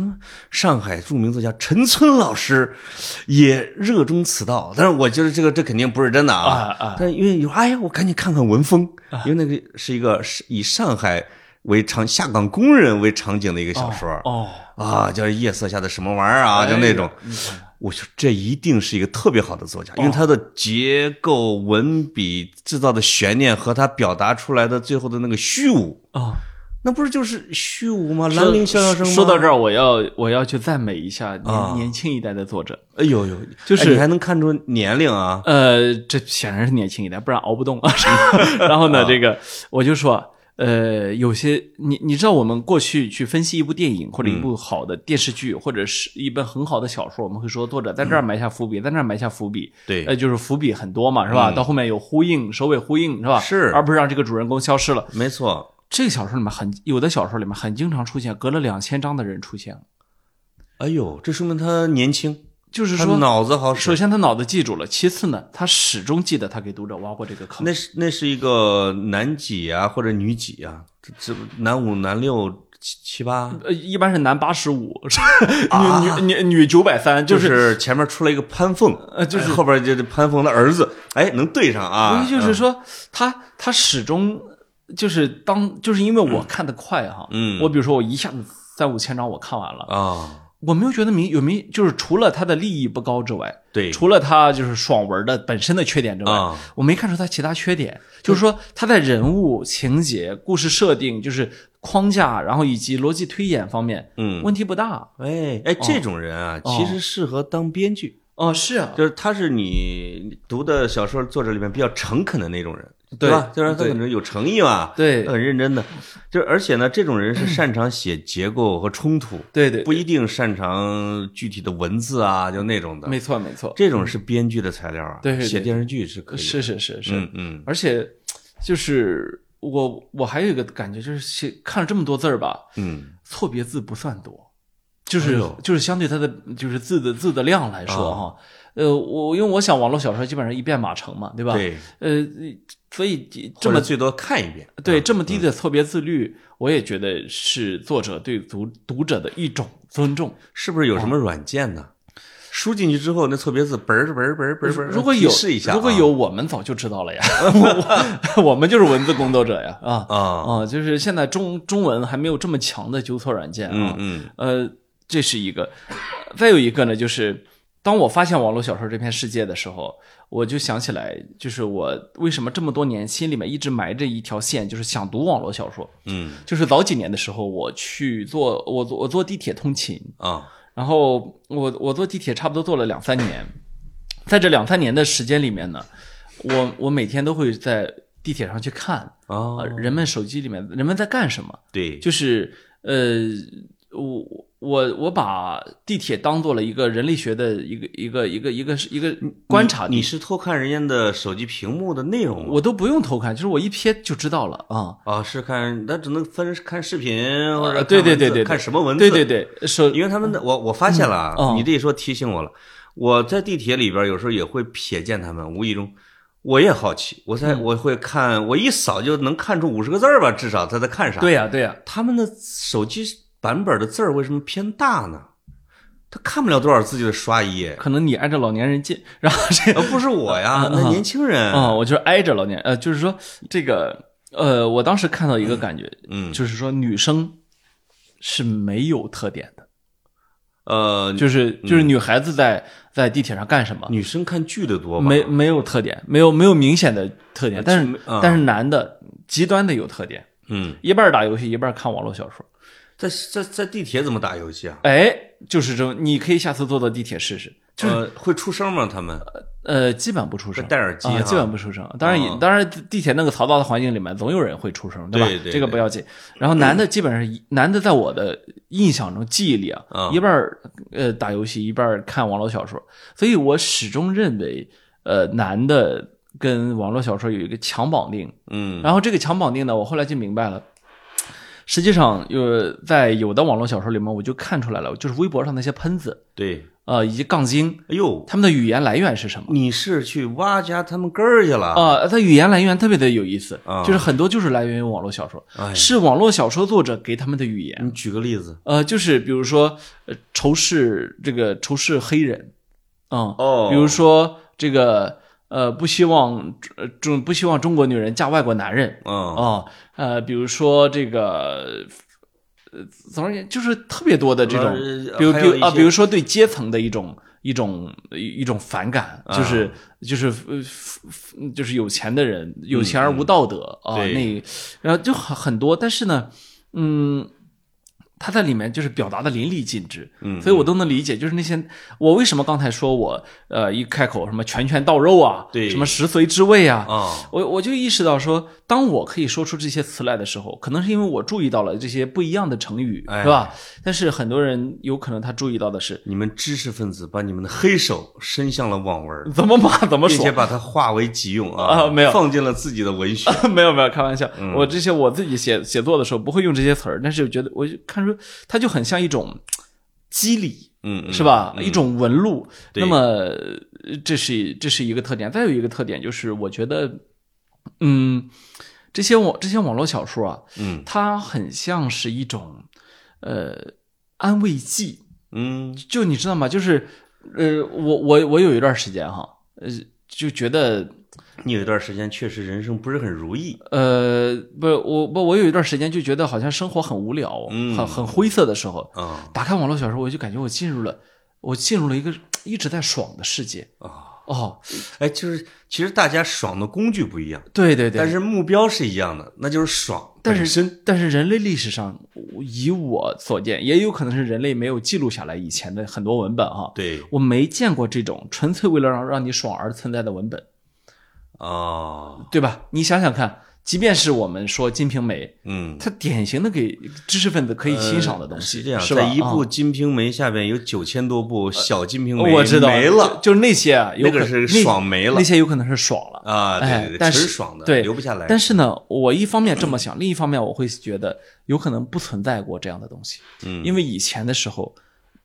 上海著名作家陈村老师也热衷此道，但是我觉得这个这肯定不是真的啊。啊啊啊但因为有哎呀，我赶紧看看文风，因为那个是一个是以上海为场下岗工人为场景的一个小说、哦，啊，叫夜色下的什么玩意儿啊，哎就那种。你看我说这一定是一个特别好的作家，因哦为他的结构、文笔、制造的悬念和他表达出来的最后的那个虚无，哦，那不是就是虚无吗？说兰陵笑笑生吗说到这，儿，我要我要去赞美一下年、啊年轻一代的作者，哎呦呦，就是哎你还能看出年龄啊，呃，这显然是年轻一代，不然熬不动。啊 然啊后呢，这个我就说，呃，有些你你知道，我们过去去分析一部电影或者一部嗯好的电视剧，或者是一本很好的小说，我们会说作者在这儿埋下伏笔，在那儿埋下伏笔。对嗯呃，就是伏笔很多嘛，是吧？到后面有呼应，首尾呼应，是吧？是而不是让这个主人公消失了。没错，这个小说里面很有的小说里面很经常出现，隔了两千章的人出现了，哎呦，这说明他年轻，就是他说，脑子好首使。先他脑子记住了，其次呢，他始终记得他给读者挖过这个坑。那是那是一个男几啊，或者女几啊，这这男五、男六、七七八，呃，一般是男八十五，啊女女女女九百三，就就是是前面出来一个潘凤，呃就是哎后边就是潘凤的儿子，哎，能对上所啊以？就是嗯说，他他始终就是当就是因为我看的快哈，嗯我比如说我一下子三五千章我看完了，啊，我没有觉得明有明就是除了他的利益不高之外，对，除了他就是爽文的本身的缺点之外，啊我没看出他其他缺点。就是说他在人物、情节、故事设定，就是框架，然后以及逻辑推演方面，嗯问题不大。哎哎，这种人啊，哦其实适合当编剧，哦，是啊，嗯就是他是你读的小说作者里面比较诚恳的那种人，对吧？就是他对可能有诚意嘛，对他很认真的，就是而且呢，这种 人是擅长写结构和冲突，对对，不一定擅长具体的文字啊，就那种的，没错没错，这种是编剧的材料啊，对对对写电视剧是可以的，是是是是，嗯嗯而且就是我我还有一个感觉就是写看了这么多字儿吧，嗯。错别字不算多，就是、哎呦啊就是相对它的就是字的字的量来说哈，呃，我因为我想网络小说基本上一遍码成嘛，对吧？，对，呃，所以这或么者嗯最多看一遍。啊对这么低的错别字率，我也觉得是作者对读读者的一种尊重。是不是有什哦么软件呢？输进去之后，那错别字嘣儿嘣儿嘣儿嘣儿嘣儿，如果有提示一下啊，如果有，我们早就知道了呀， 我 我我们就是文字工作者呀啊啊，啊，就是现在中中文还没有这么强的纠错软件嗯啊。嗯呃，这是一个，再有一个呢，就是当我发现网络小说这片世界的时候，我就想起来，就是我为什么这么多年心里面一直埋着一条线，就是想读网络小说。嗯就是早几年的时候，我去坐我坐我坐地铁通勤，啊，然后我我坐地铁差不多坐了两三年，在这两三年的时间里面呢，我我每天都会在地铁上去看。哦啊，，人们手机里面人们在干什么？对，就是呃，我我我把地铁当做了一个人类学的一个一个一个一个一个观察你地，是偷看人家的手机屏幕的内容吗？我都不用偷看，就是我一瞥就知道了啊。啊，是看，那只能分看视频或者呃看对对文字对对对看什么文字，对对对，手因为他们的我我发现了嗯啊，嗯你这一说提醒我了，我在地铁里边有时候也会瞥见他们，无意中我也好奇，我在我会看，我一扫就能看出五十个字儿吧，至少他在看啥。对呀、对呀、他们的手机版本的字儿为什么偏大呢？他看不了多少字就得刷一页，可能你挨着老年人近，然后这呃，不是我呀，那年轻 人，啊、我就是挨着老年，呃，就是说这个呃，我当时看到一个感觉，嗯，就是说女生是没有特点的，呃，就是就是女孩子在在地铁上干什么？女生看剧的多吧？没没有特点，没有没有明显的特点，但是、啊但是男的极端的有特点，嗯，一半打游戏，一半看网络小说。在在在地铁怎么打游戏啊？哎，就是这种，你可以下次坐到地铁试试。呃，会出声吗？他们呃，基本不出声，戴耳机啊哈基本不出声。当然也，哦当然地铁那个嘈杂的环境里面，总有人会出声，吧？对对这个不要紧。然后男的基本上 一，男的在我的印象中记忆里啊，嗯一半儿呃打游戏，一半儿看网络小说，所以我始终认为，呃，男的跟网络小说有一个强绑定。嗯然后这个强绑定呢，我后来就明白了，实际上呃，在有的网络小说里面，我就看出来了，就是微博上那些喷子对，呃以及杠精，哎呦，他们的语言来源是什么？你是去挖掘他们根儿去了？啊，它语言来源特别的有意思啊，就是很多就是来源于网络小说，哎，嗯是网络小说作者给他们的语言。你举个例子呃，就是比如说，呃，仇视这个仇视黑人，嗯，哦比如说这个呃，不希望呃中不希望中国女人嫁外国男人嗯啊，呃，比如说这个。呃，总而言之，就是特别多的这种呃，比如还比有一如啊，些比如说对阶层的一种一种一种反感，啊嗯就是就是呃就是有钱的人，有钱而无道德啊，对那然后就很很多，但是呢，嗯，他在里面就是表达的淋漓尽致，嗯，所以我都能理解，就是那些我为什么刚才说我呃一开口什么拳拳到肉啊，对什么食髓知味啊，啊，我我就意识到说，当我可以说出这些词来的时候，可能是因为我注意到了这些不一样的成语，哎是吧？但是很多人有可能他注意到的是你们知识分子把你们的黑手伸向了网文，怎么骂怎么并说且，把它化为己用嗯啊没有放进了自己的文学。 没有没有，开玩笑，嗯我这些我自己写写作的时候不会用这些词儿，但是我觉得我就看出它就很像一种机理，嗯，嗯是吧？一种纹路。对那么呃这是这是一个特点，再有一个特点就是，我觉得，嗯，这些网这些网络小说啊，嗯它很像是一种呃安慰剂，嗯就你知道吗？就是呃，我我我有一段时间哈，呃，就觉得。你有一段时间确实人生不是很如意，呃，不是我不，我有一段时间就觉得好像生活很无聊，嗯很很灰色的时候，啊打开网络小说，我就感觉我进入了，我进入了一个一直在爽的世界。啊！哦，哎，就是其实大家爽的工具不一样，对对对，但是目标是一样的，那就是爽。但本是身但是人类历史上，以我所见，也有可能是人类没有记录下来以前的很多文本哈。对我没见过这种纯粹为了让让你爽而存在的文本，啊，对吧？你想想看，即便是我们说《金瓶梅》，嗯，它典型的给知识分子可以欣赏的东西，呃是这样，是吧？在一部啊《金瓶梅》下边有九千多部小《金瓶梅》，我知道没了就，就是那些啊，有那个可是那爽没了那些有可能是爽了。啊！哎对对对，但纯是爽的，对留不下来。但是呢，我一方面这么想，另一方面我会觉得有可能不存在过这样的东西，嗯因为以前的时候，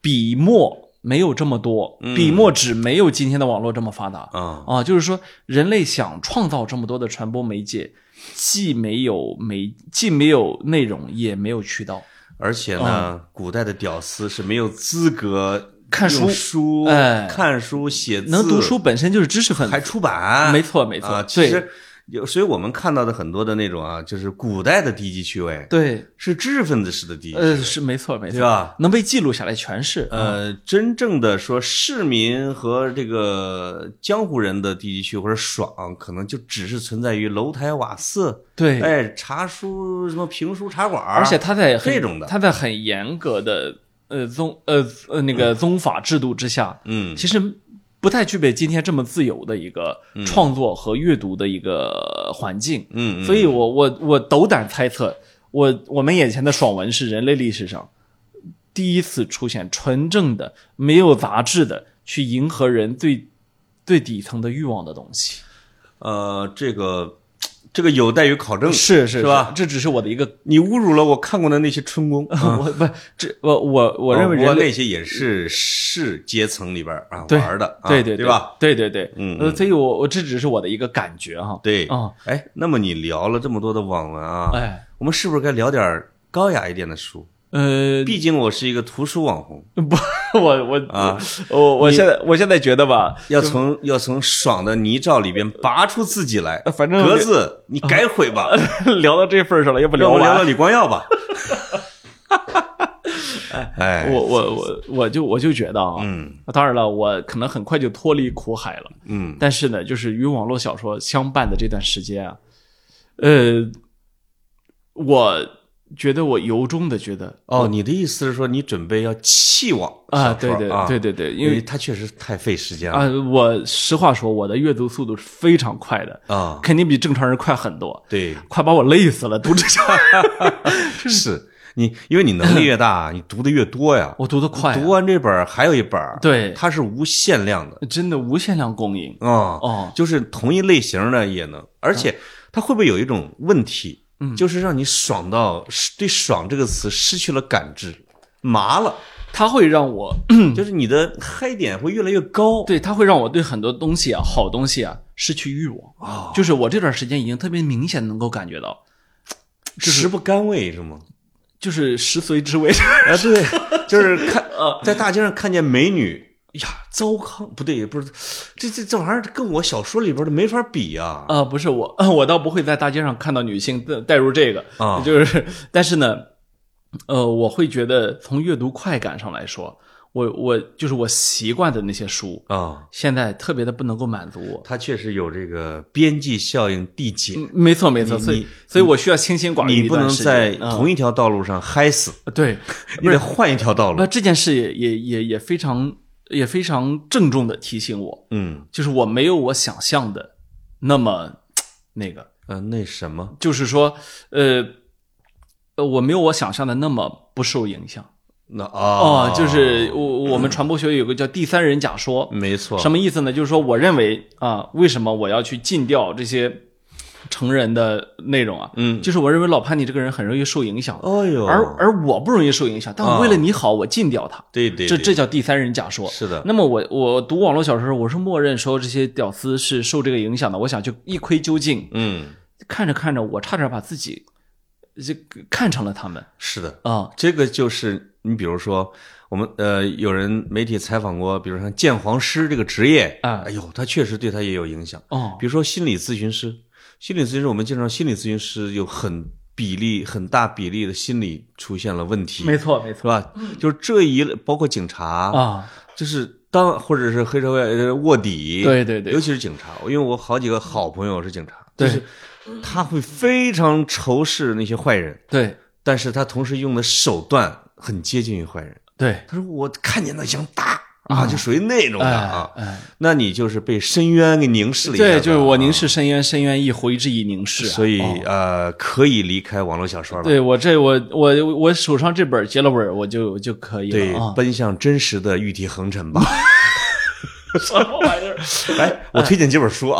笔墨没有这么多，嗯笔墨纸没有今天的网络这么发达啊，啊，就是说人类想创造这么多的传播媒介，既没有媒，既没有内容，也没有渠道。而且哦呢，古代的屌丝是没有资格看书用书哎看书写字，能读书本身就是知识分还子，出版，没错没错啊其对实有，所以我们看到的很多的那种啊，就是古代的低级趣味，对，是知识分子式的低级趣味。呃，是没错没对错，吧？能被记录下来全是。呃，真正的说市民和这个江湖人的低级趣或者爽，可能就只是存在于楼台瓦肆，对，哎，茶书什么评书茶馆儿，而且他在很这种的他在很严格的呃宗呃呃那个宗法制度之下，嗯其实不太具备今天这么自由的一个嗯创作和阅读的一个环境。嗯，嗯所以我我我斗胆猜测，我我们眼前的爽文是人类历史上第一次出现纯正的、没有杂质的，去迎合人最最底层的欲望的东西。呃，这个这个有待于考证，是是是吧？这只是我的一个，你侮辱了我看过的那些春宫， 我不这我我 我认为哦不过人类那些也是是阶层里边儿啊对玩儿的，啊对对对吧？？对对对，嗯呃嗯所以我我这只是我的一个感觉哈。对哦，哎，那么你聊了这么多的网文啊，哎，我们是不是该聊点儿高雅一点的书？呃， 毕竟我是一个图书网红，不，我我啊，我我现在我现在觉得吧，要从要从爽的泥沼里边拔出自己来。呃反正格子，你改悔 吧，啊 聊到这份儿上了，要不让我聊聊完。李光 耀吧。哎，我我我我就我就觉得啊，嗯当然了，我可能很快就脱离苦海了，嗯但是呢，就是与网络小说相伴的这段时间啊，呃，我觉得我由衷的觉得哦，你的意思是说你准备要弃网啊，小说对对啊对对对，因因为为它确实太费时间了啊，我实话说，我的阅读速度是非常快的，啊。肯定比正常人快很多， 对，快把我累死了。 读这些，是你，因为你能力越大，你读的越多呀。我读得快啊、读完这本儿还有一本儿，对它是无限量的真的无限量供应。啊。哦，就是同一类型的也能，而且它会不会有一种问题，嗯，就是让你爽到失对“爽”这个词失去了感知，麻了，它会让我，就是你的嗨点会越来越高，对，它会让我对很多东西啊，好东西啊，失去欲望。啊，就是我这段时间已经特别明显能够感觉到，食不甘味是吗？就是食髓知 味。啊， 对，就是看在大街上看见美女。呀，糟糠不对，不是，这这这玩意儿跟我小说里边的没法比啊！啊，不是我，我倒不会在大街上看到女性带带入这个啊就是，但是呢，呃，我会觉得从阅读快感上来说，我我就是我习惯的那些书，啊，现在特别的不能够满足我。它确实有这个边际效应递减，嗯，没错没错，你所以你所以我需要清心寡欲你一不段能时间。在嗯同一条道路上嗨死，对，你得换一条道那路。这件事也也也也非常也非常郑重的提醒我，嗯就是我没有我想象的那么那个，呃，那什么，就是说，呃，呃，我没有我想象的那么不受影响。那哦啊，，就是我我们传播学有个叫第三人假说，没错，什么意思呢？就是说，我认为啊，为什么我要去禁掉这些成人的内容啊？嗯就是我认为老潘你这个人很容易受影响，哎呦，而而我不容易受影响，但我为了你好，我禁掉它。对哦对，这对这叫第三人假说。是的，那么我我读网络小说的时候，我是默认说这些屌丝是受这个影响的，我想去一窥究竟。嗯，看着看着，我差点把自己这个看成了他们是的，啊。这个就是你比如说。我们呃，有人媒体采访过，比如像鉴黄师这个职业，啊哎呦，他确实对他也有影响。哦，比如说心理咨询师，心理咨询师，我们经常心理咨询师有很比例很大比例的心理出现了问题，没错没是错吧？就是这一类包括警察，啊，就是当或者是黑社会呃卧底，对对对尤其是警察，因为我好几个好朋友是警察，对就是他会非常仇视那些坏人，对但是他同时用的手段很接近于坏人。对，他说我看见他想打啊，就属于那种的啊。嗯哎哎那你就是被深渊给凝视了一下吧，对，就是我凝啊视深渊，深渊亦回之以凝视啊。所以、哦呃，可以离开网络小说了，对我这我我我手上这本结了本，我就就可以对了啊。奔向真实的玉体横陈吧。 什么玩意儿哎，我推荐几本书 啊，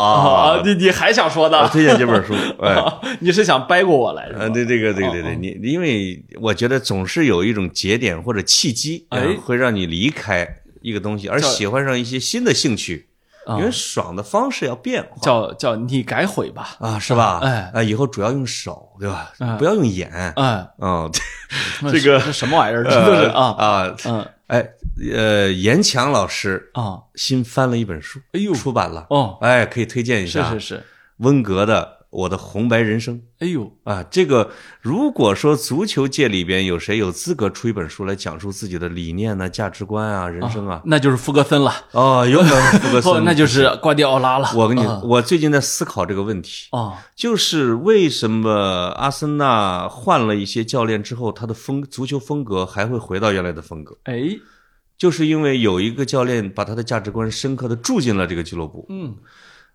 啊？你你还想说我呢？推荐几本书，哎。 你是想掰过我来是吧呃，？对这个，对哦对对，哦你因为我觉得总是有一种节点或者契机，哎呃会让你离开一个东西，而叫喜欢上一些新的兴趣，啊因为爽的方式要变化叫叫你改悔吧。啊，是吧？哎啊，以后主要用手，对吧嗯？不要用眼，嗯， 嗯，那这个是什么玩意儿？这都是啊啊，嗯哎，呃，严强老师啊新翻了一本书，哎呦，出版了，哦，哎，可以推荐一是下，是是，温格的《我的红白人生》哎呦，啊。这个如果说足球界里边有谁有资格出一本书来讲述自己的理念呢、价值观啊、人生啊，哦那就是福格森了， 哦，有可嗯能福格哦森，那就是瓜迪奥拉了。我跟你啊，我最近在思考这个问题。哦就是为什么阿森纳换了一些教练之后，他的风足球风格还会回到原来的风格？哎，就是因为有一个教练把他的价值观深刻的住进了这个俱乐部，嗯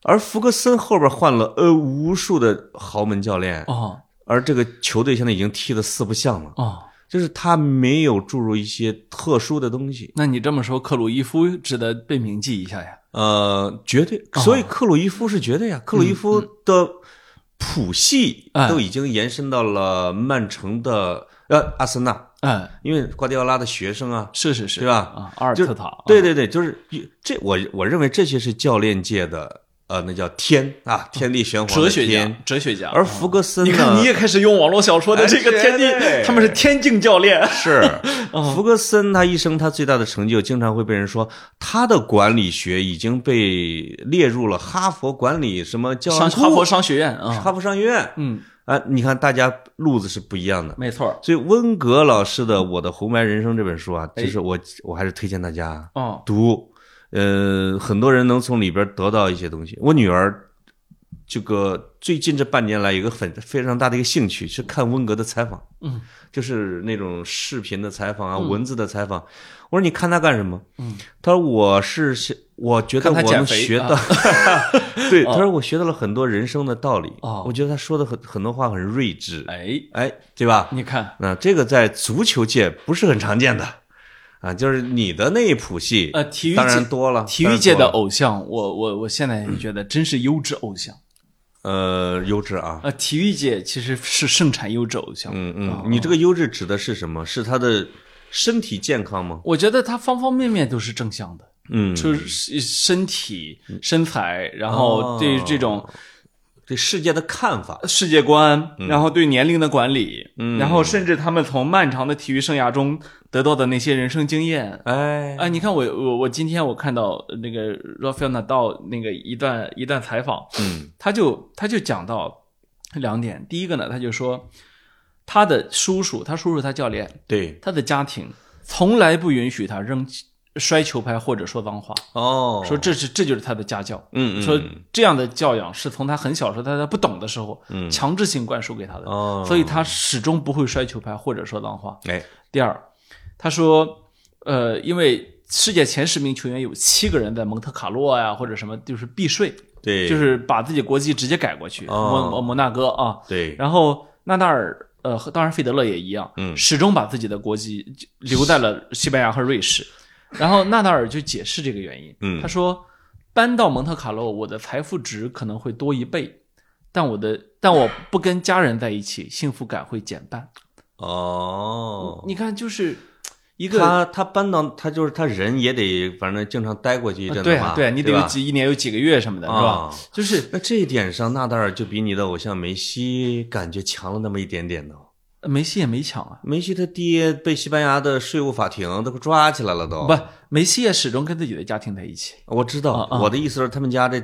而福格森后边换了呃无数的豪门教练，哦而这个球队现在已经踢得四不像了，哦，就是他没有注入一些特殊的东西，那你这么说，克鲁伊夫值得被铭记一下呀。呃，绝对，哦所以克鲁伊夫是绝对啊，克鲁伊夫的谱系嗯哎都已经延伸到了曼城的呃阿森纳，嗯，因为瓜迪奥拉的学生啊，是是是，对哎吧啊，阿尔就特塔，对对对，就是这我我认为这些是教练界的呃那叫天啊，天地玄黄的哦哲学天家，哲学家。而福格森你呢，看，你也开始用网络小说的这个哎天绝对地，他们是天境教练。 是嗯福格森，他一生他最大的成就，经常会被人说他的管理学已经被列入了哈佛管理什么教商哈佛商学院啊，哈佛商学院。嗯，啊，你看大家路子是不一样的。没错儿。所以温格老师的《我的红白人生》这本书啊，就是我我还是推荐大家啊哦，读，呃，很多人能从里边得到一些东西。我女儿这个最近这半年来有一个很非常大的一个兴趣是看温格的采访，嗯，就是那种视频的采访啊，文字的采访。我说你看他干什么？嗯，他说我是想我觉得看我他能减肥学啊到， 对，他说我学到了很多人生的道理。哦我觉得他说的很很多话很睿智，哎，哎，对吧？你看，那这个在足球界不是很常见的啊，就是你的那一谱系，呃体育当然界多了，体当育然界多的了偶像，我我我现在也觉得真是优质偶像。呃优质啊，呃，体育界其实是盛产优质偶像。嗯嗯，你这个优质指的是什么？是他的身体健康吗？我觉得他方方面面都是正向的，嗯，就是身体、身材，然后对哦这种对世界的看法，世界观，嗯然后对年龄的管理，呃然后甚至他们从漫长的体育生涯中得到的那些人生经验。哎，啊，你看我我我今天我看到那个 Rafael Nadal 那个一段一段采访，嗯他就他就讲到两点，第一个呢，他就说他的叔叔，他叔叔他教练，对，他的家庭从来不允许他扔摔球拍或者说脏话，哦，说这是这就是他的家教。嗯嗯说嗯这样的教养是从他很小时候，他在不懂的时候，嗯强制性灌输给他的，哦，所以他始终不会摔球拍或者说脏话。哎第二，他说，呃，因为世界前十名球员有七个人在蒙特卡洛呀、或者什么，就是避税，对，就是把自己国籍直接改过去，哦摩摩摩纳哥啊。对，然后纳达尔，呃，和当然费德勒也一样，嗯始终把自己的国籍留在了西班牙和瑞 士。然后纳达尔就解释这个原因，嗯他说，搬到蒙特卡洛，我的财富值可能会多一倍，但我的但我不跟家人在一起，幸福感会减半。哦，你看，就是一个他他搬到他就是他人也得反正经常待过去一阵对子啊嘛，对啊，你得吧有几一年有几个月什么的，是吧啊？就是那这一点上，纳达尔就比你的偶像梅西感觉强了那么一点点呢。梅西也没抢啊，梅西他爹被西班牙的税务法庭都给抓起来了都。不，梅西也始终跟自己的家庭在一起。我知道，啊啊我的意思是他们家这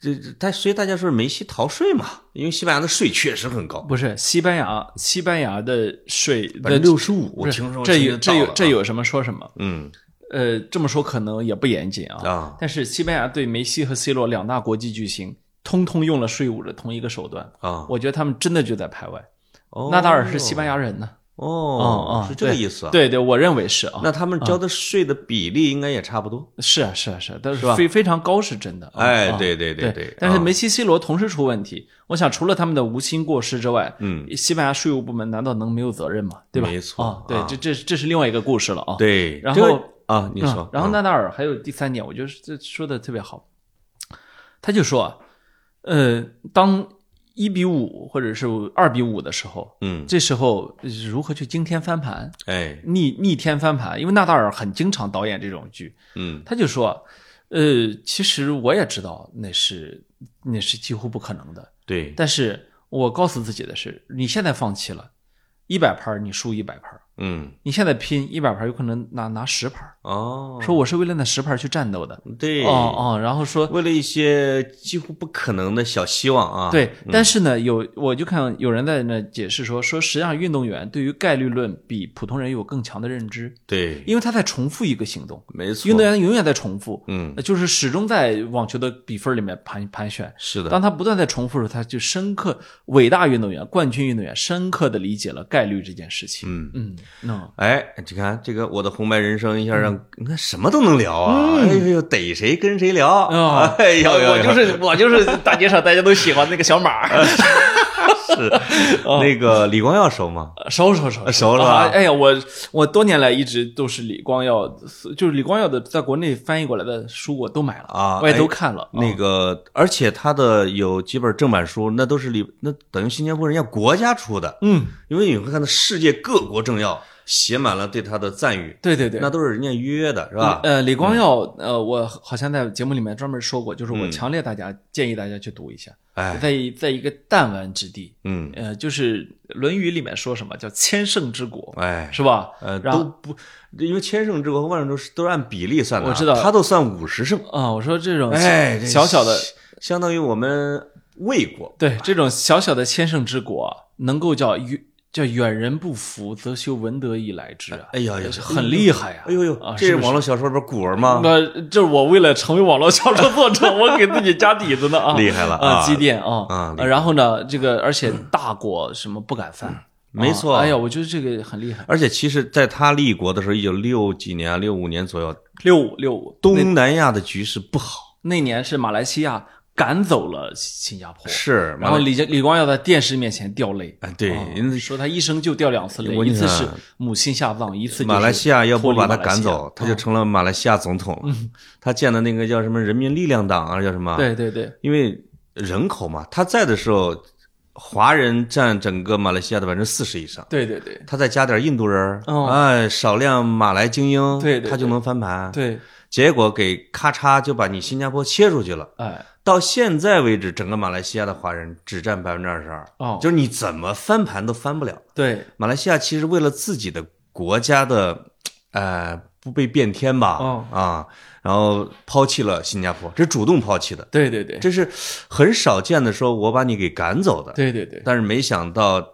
这，这他所以大家说梅西逃税嘛，因为西班牙的税确实很高，不是西班牙，西班牙的税的百分之六十五。不我是听说这听有到这了有啊这，有什么说什么？嗯呃，这么说可能也不严谨啊。啊，但是西班牙对梅西和 C 罗两大国际巨星，通通用了税务的同一个手段，啊，我觉得他们真的就在排外。纳达尔是西班牙牙人呢，嗯，哦嗯是这个意思啊。，对对，我认为是啊。那他们交的税的比例应该也差不多。是啊，是啊，是啊，但是是吧非非常高是真的。啊哎啊对对对对对但是啊梅西、C 罗同时出问题，我想除了他们的无心过失之外，嗯，西班牙税务部门难道能没有责任吗？对吧？没错啊，对啊，这这这是另外一个故事了啊。，对，然这个后啊，你嗯说，然后嗯纳达尔还有第三点，我觉得这说的特别好，他就说啊，呃，当一比五或者是二比五的时候，嗯，这时候如何去惊天翻盘、哎，逆逆天翻盘？因为纳达尔很经常导演这种剧，嗯他就说，呃，其实我也知道那是那是几乎不可能的，对，但是我告诉自己的是，你现在放弃了，一百盘儿你输一百盘儿，嗯你现在拼一百盘儿有可能拿拿十盘儿，哦，说我是为了那十盘儿去战斗的，对哦哦，然后说。为了一些几乎不可能的小希望啊。对，但是呢，有我就看有人在那解释说，说实际上运动员对于概率论比普通人有更强的认知，对，因为他在重复一个行动，没错，运动员永远在重复，嗯，就是始终在网球的比分里面盘盘旋。是的，当他不断在重复的时候，他就深刻伟大运动员、冠军运动员深刻的理解了概率这件事情。嗯嗯，那哎，你看这个我的红白人生一下嗯让你看什么都能聊啊，哎呦呦，逮谁跟谁聊，啊哎呦呦，呦是嗯我就是大街上大家都喜欢那个小马，是哦那个李光耀熟吗？熟熟熟熟了吧啊哎呀，我我多年来一直都是李光耀，就是李光耀的在国内翻译过来的书我都买了啊我也都哎看了。那啊个，而且他的有几本正版书，那都是李，那等于新加坡人家国家出的，嗯，因为你会看到世界各国政要写满了对他的赞誉，对对对，那都是人家约的，是吧？嗯呃，李光耀，呃，我好像在节目里面专门说过，就是我强烈大家建议大家去读一下，哎，在一在一个弹丸之地，嗯，呃，就是《论语》里面说什么叫千乘之国，哎，是吧？呃，然后都不，因为千胜之国和万胜都是都是按比例算的啊，我知道他都算五十胜，啊、我说这种哎，这小小的，相当于我们魏国，对这种小小的千乘之国啊，能够叫远叫远人不服，则修文德以来之啊，哎呀呀，很厉害啊！哎呦呦啊，这是是不是嗯网络小说里边古文吗？那这是我为了成为网络小说作者，我给自己加底子呢啊！厉害了啊！啊积淀啊！啊厉害然后呢，这个而且大国什么不敢犯，嗯没啊错哎呀，我觉得这个很厉害。而且其实，在他立国的时候，一九六几年啊，六五年左右，六五六五，东南亚的局势不好，那年是马来西亚赶走了新加坡，是，然后李家李光耀在电视面前掉泪。哎，对，啊因为说他一生就掉两次泪，我一跟你次讲啊是母亲下葬，一次就是马来西亚要脱不离把马他来西赶亚啊嗯走，他就成了马来西亚总统了。他建的那个叫什么人民力量党啊，叫什么？对对对，因为人口嘛，他在的时候，华人占整个马来西亚的百分之四十以上，对对对他再加点印度人儿，哦哎，少量马来精英，对对他就能翻盘。，对，结果给咔嚓就把你新加坡切出去了。哎，到现在为止，整个马来西亚的华人只占百分之二十二，哦，就是你怎么翻盘都翻不了。对，马来西亚其实为了自己的国家的，呃，不被变天吧，哦啊，然后抛弃了新加坡，这是主动抛弃的。对对对，这是很少见的，说我把你给赶走的。对对对，但是没想到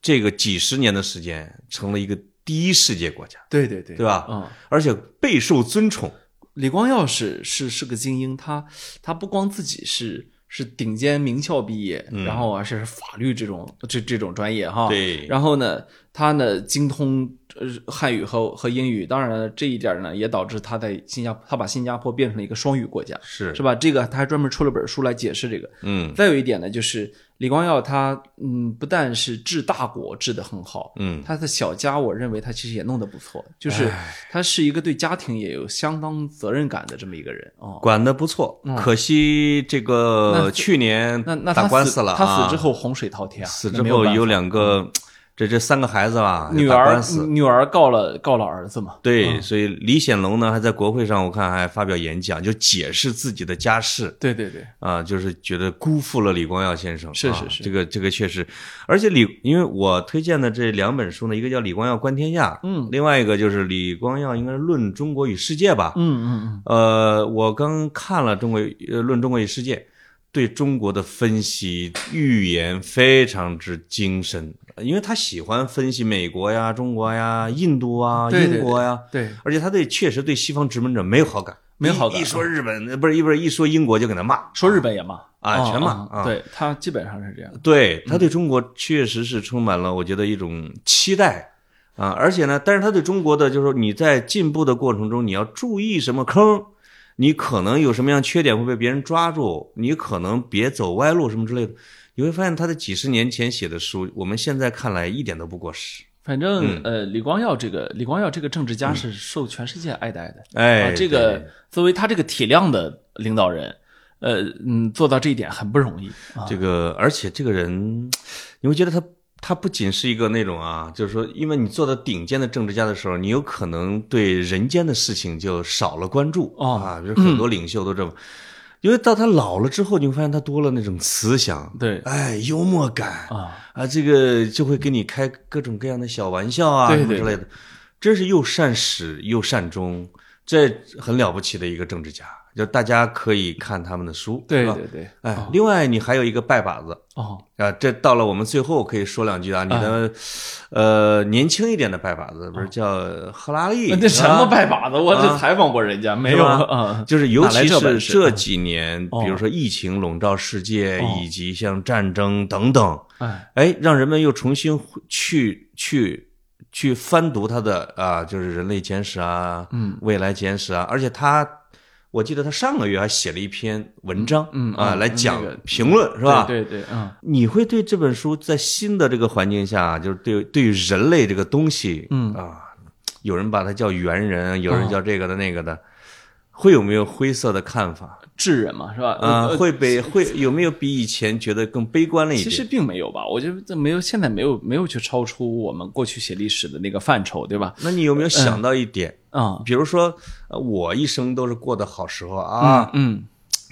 这个几十年的时间，成了一个第一世界国家，对对对，对吧？嗯，而且备受尊崇。李光耀是是是个精英，他他不光自己是是顶尖名校毕业，然后而且是法律这种这这种专业哈。嗯对哦然后呢，他呢精通呃汉语和和英语，当然了，这一点呢也导致他在新加坡，他把新加坡变成了一个双语国家，是是吧？这个他还专门出了本书来解释这个。嗯再有一点呢，就是李光耀他嗯，不但是治大国治得很好，嗯，他的小家，我认为他其实也弄得不错，就是他是一个对家庭也有相当责任感的这么一个人哦。管得不错，可惜这个去年那那打他官死司了啊，他死之后洪水滔天啊，死那之没有后办法嗯有两个，这这三个孩子吧，女打儿嗯官司，女儿告了告了儿子嘛，对，所以李显龙呢还在国会上，我看还发表演讲，就解释自己的家世对对对，啊，就是觉得辜负了李光耀先生。是啊是是这个这个确实，而且李，因为我推荐的这两本书呢，一个叫《李光耀观天下》，嗯，另外一个就是《李光耀应该是论中国与世界》吧，嗯嗯嗯，呃，我刚看了《中国与呃论中国与世界》，对中国的分析预言非常之精深，因为他喜欢分析美国呀、中国呀、印度啊、对对英国呀，对，而且他对确实对西方殖民者没有好感，没有好感嗯一一说日本呃不是一不是一说英国就给他骂，说日本也骂啊全骂啊对他基本上是这样，对他嗯对中国确实是充满了我觉得一种期待。啊，而且呢，但是他对中国的就是说你在进步的过程中，你要注意什么坑，你可能有什么样缺点会被别人抓住，你可能别走歪路什么之类的。你会发现他在几十年前写的书，我们现在看来一点都不过时。反嗯正呃，李光耀这个李光耀这个政治家是受全世界爱戴的，哎，啊，这个作为他这个体量的领导人，呃嗯，做到这一点很不容易啊对。这个，而且这个人，你会觉得他他不仅是一个那种啊，就是说，因为你做到顶尖的政治家的时候，你有可能对人间的事情就少了关注、哦啊，比如很多领袖都这么。因为到他老了之后，你会发现他多了那种慈祥，对哎，幽默感啊，啊，这个就会给你开各种各样的小玩笑啊，对什么对之类的，真是又善始又善终，这很了不起的一个政治家。就大家可以看他们的书，对是吧对对，哎，另外你还有一个拜把子哦，啊，这到了我们最后可以说两句啊，你的呃年轻一点的拜把子，不是叫赫拉利？呃那这什么啊？拜把子？我啊这采访过人家没有是吧啊？就是尤哪来其这本事是这几年，哦比如说疫情笼罩世界，哦以及像战争等等，哎，哎，让人们又重新回去去去翻读他的啊，就是《人类简史》啊，嗯，未来简史》啊，而且他。我记得他上个月还写了一篇文章，嗯嗯啊，嗯来那讲个评论、是吧？对对对，嗯你会对这本书在新的这个环境下，就是对对于人类这个东西，嗯啊啊，有人把它叫猿人，有人叫这个的那个的，会有没有灰色的看法智人嘛，是吧？啊？呃会被会有没有比以前觉得更悲观了一其实点？并没有吧，我觉得这没有，现在没有没有去超出我们过去写历史的那个范畴，对吧？那你有没有想到一点？啊，比如说，呃我一生都是过得好时候啊，嗯，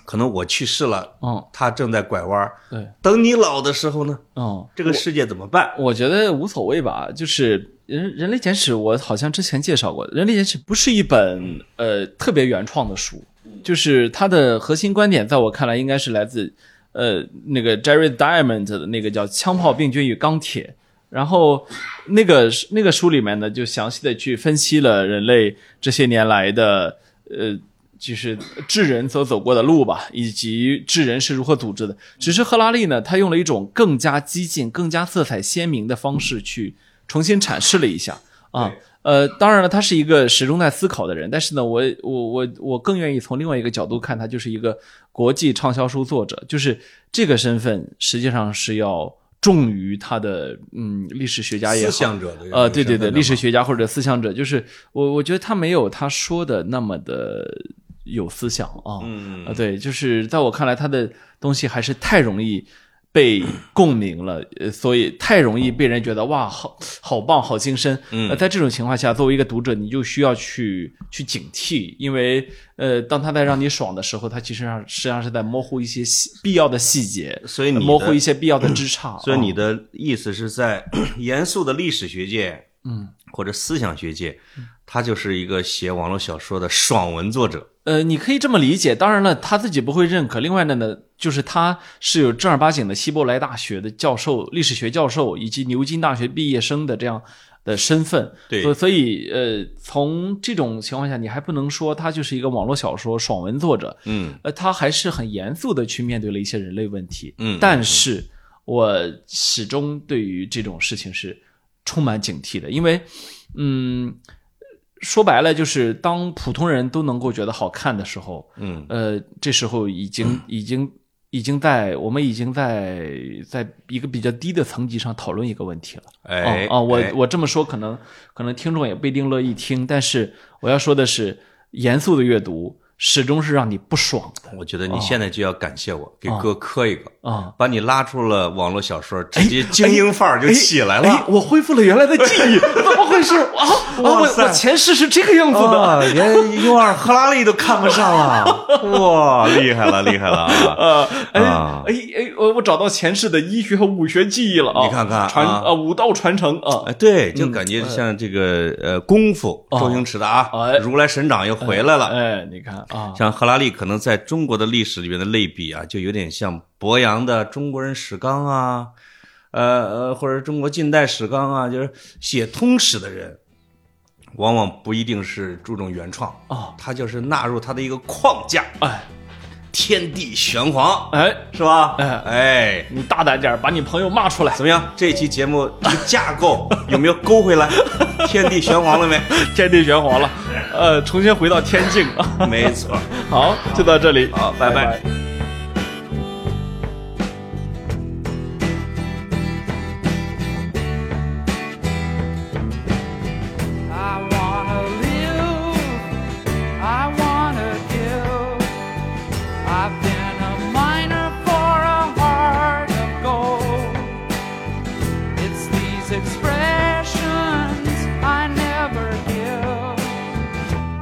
可能我去世了，哦，他正在拐弯儿，嗯对，等你老的时候呢，哦，这个世界怎么办？我觉得无所谓吧，就是人《人类简史》，我好像之前介绍过，《人类简史》不是一本呃特别原创的书，就是它的核心观点，在我看来应该是来自呃那个 Jerry Diamond 的那个叫《枪炮、病菌与钢铁》，然后那个那个书里面呢，就详细的去分析了人类这些年来的呃。就是智人所走过的路吧，以及智人是如何组织的。只是赫拉利呢，他用了一种更加激进、更加色彩鲜明的方式去重新阐释了一下啊。呃，当然了，他是一个始终在思考的人，但是呢，我我我我更愿意从另外一个角度看，他就是一个国际畅销书作者，就是这个身份实际上是要重于他的嗯历史学家也思好，想者的呃，对对对，历史学学家或者思想者，就是我我觉得他没有他说的那么的有思想啊。嗯啊，对，就是在我看来，他的东西还是太容易被共鸣了，呃，所以太容易被人觉得哇，好好棒，好精深。嗯呃，在这种情况下，作为一个读者，你就需要去去警惕，因为呃，当他在让你爽的时候，他其实上实际上是在模糊一些细必要的细节，所以你的模糊一些必要的枝杈。所以你啊的意思 是在严肃的历史学界，嗯，或者思想学界，他就是一个写网络小说的爽文作者。呃，你可以这么理解。当然了，他自己不会认可。另外呢呢，就是他是有正儿八经的希伯来大学的教授、历史学教授以及牛津大学毕业生的这样的身份，对所所以呃，从这种情况下，你还不能说他就是一个网络小说爽文作者，嗯呃，他还是很严肃的去面对了一些人类问题，嗯但是我始终对于这种事情是充满警惕的，因为，嗯，说白了就是当普通人都能够觉得好看的时候，嗯呃，这时候已经已经已经在我们已经在在一个比较低的层级上讨论一个问题了。哎哦哦，我哎我这么说可能可能听众也不一定乐意听，但是我要说的是，严肃的阅读始终是让你不爽的我觉得你现在就要感谢我，给哥磕一个，啊。把你拉出了网络小说，直接精英范儿就起来了。哎哎，我恢复了原来的记 忆，怎么回事啊？啊我哇塞我前世是这个样子哎的。啊， 连尤尔赫拉利都看不上了，哇，厉害了，厉害了啊！呃，哎啊哎哎，我我找到前世的医学和武学记忆了啊！你看看传啊啊武道传承啊哎，，对，就感觉像这个呃功夫，周星驰的啊哦哎，如来神掌又回来了。哎，你看啊，像赫拉利可能在中国的历史里面的类比啊，就有点像博洋的《中国人史纲》啊，呃呃，或者中国近代史纲啊，就是写通史的人，往往不一定是注重原创，啊，他就是纳入他的一个框架，哎天地玄黄，哎，是吧？哎哎，你大胆点儿，把你朋友骂出 来，怎么样？这期节目这个架构 有没有勾回来？天地玄黄了没？天地玄黄了，呃，重新回到天境 啊。没错。好，就到这里，好拜拜拜 I wanna live, I wanna give. I've been a miner for a heart of gold. It's these expressions I never give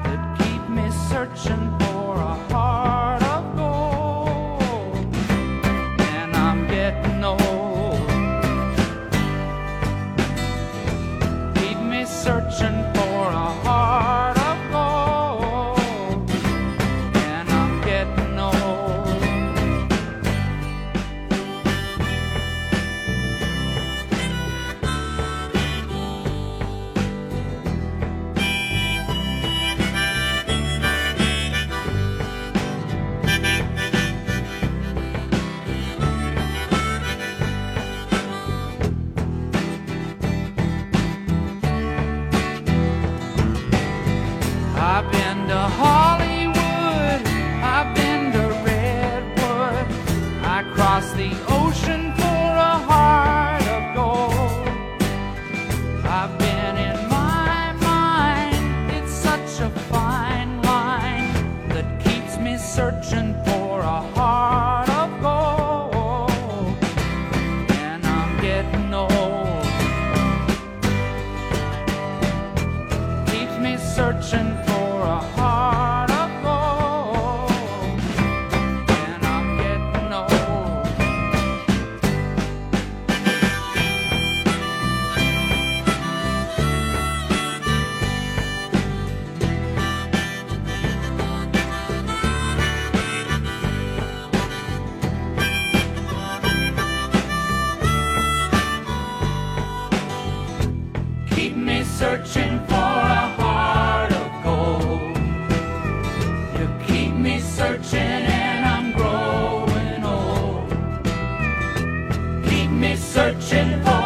that keep me searching for a heart of gold. And I'm getting old. keep me searching for a heart of gold. And I'm getting old. I've been to Hollywood, I've been to Redwood. I crossed the ocean for a heart of gold. I've been in my mind, it's such a fine line that keeps me searching for a heart of gold. And I'm getting old. keeps me searching for a heart of gold. And I'm getting old. keep me searching for a heart of gold. You keep me searching and I'm growing old. Keep me searching for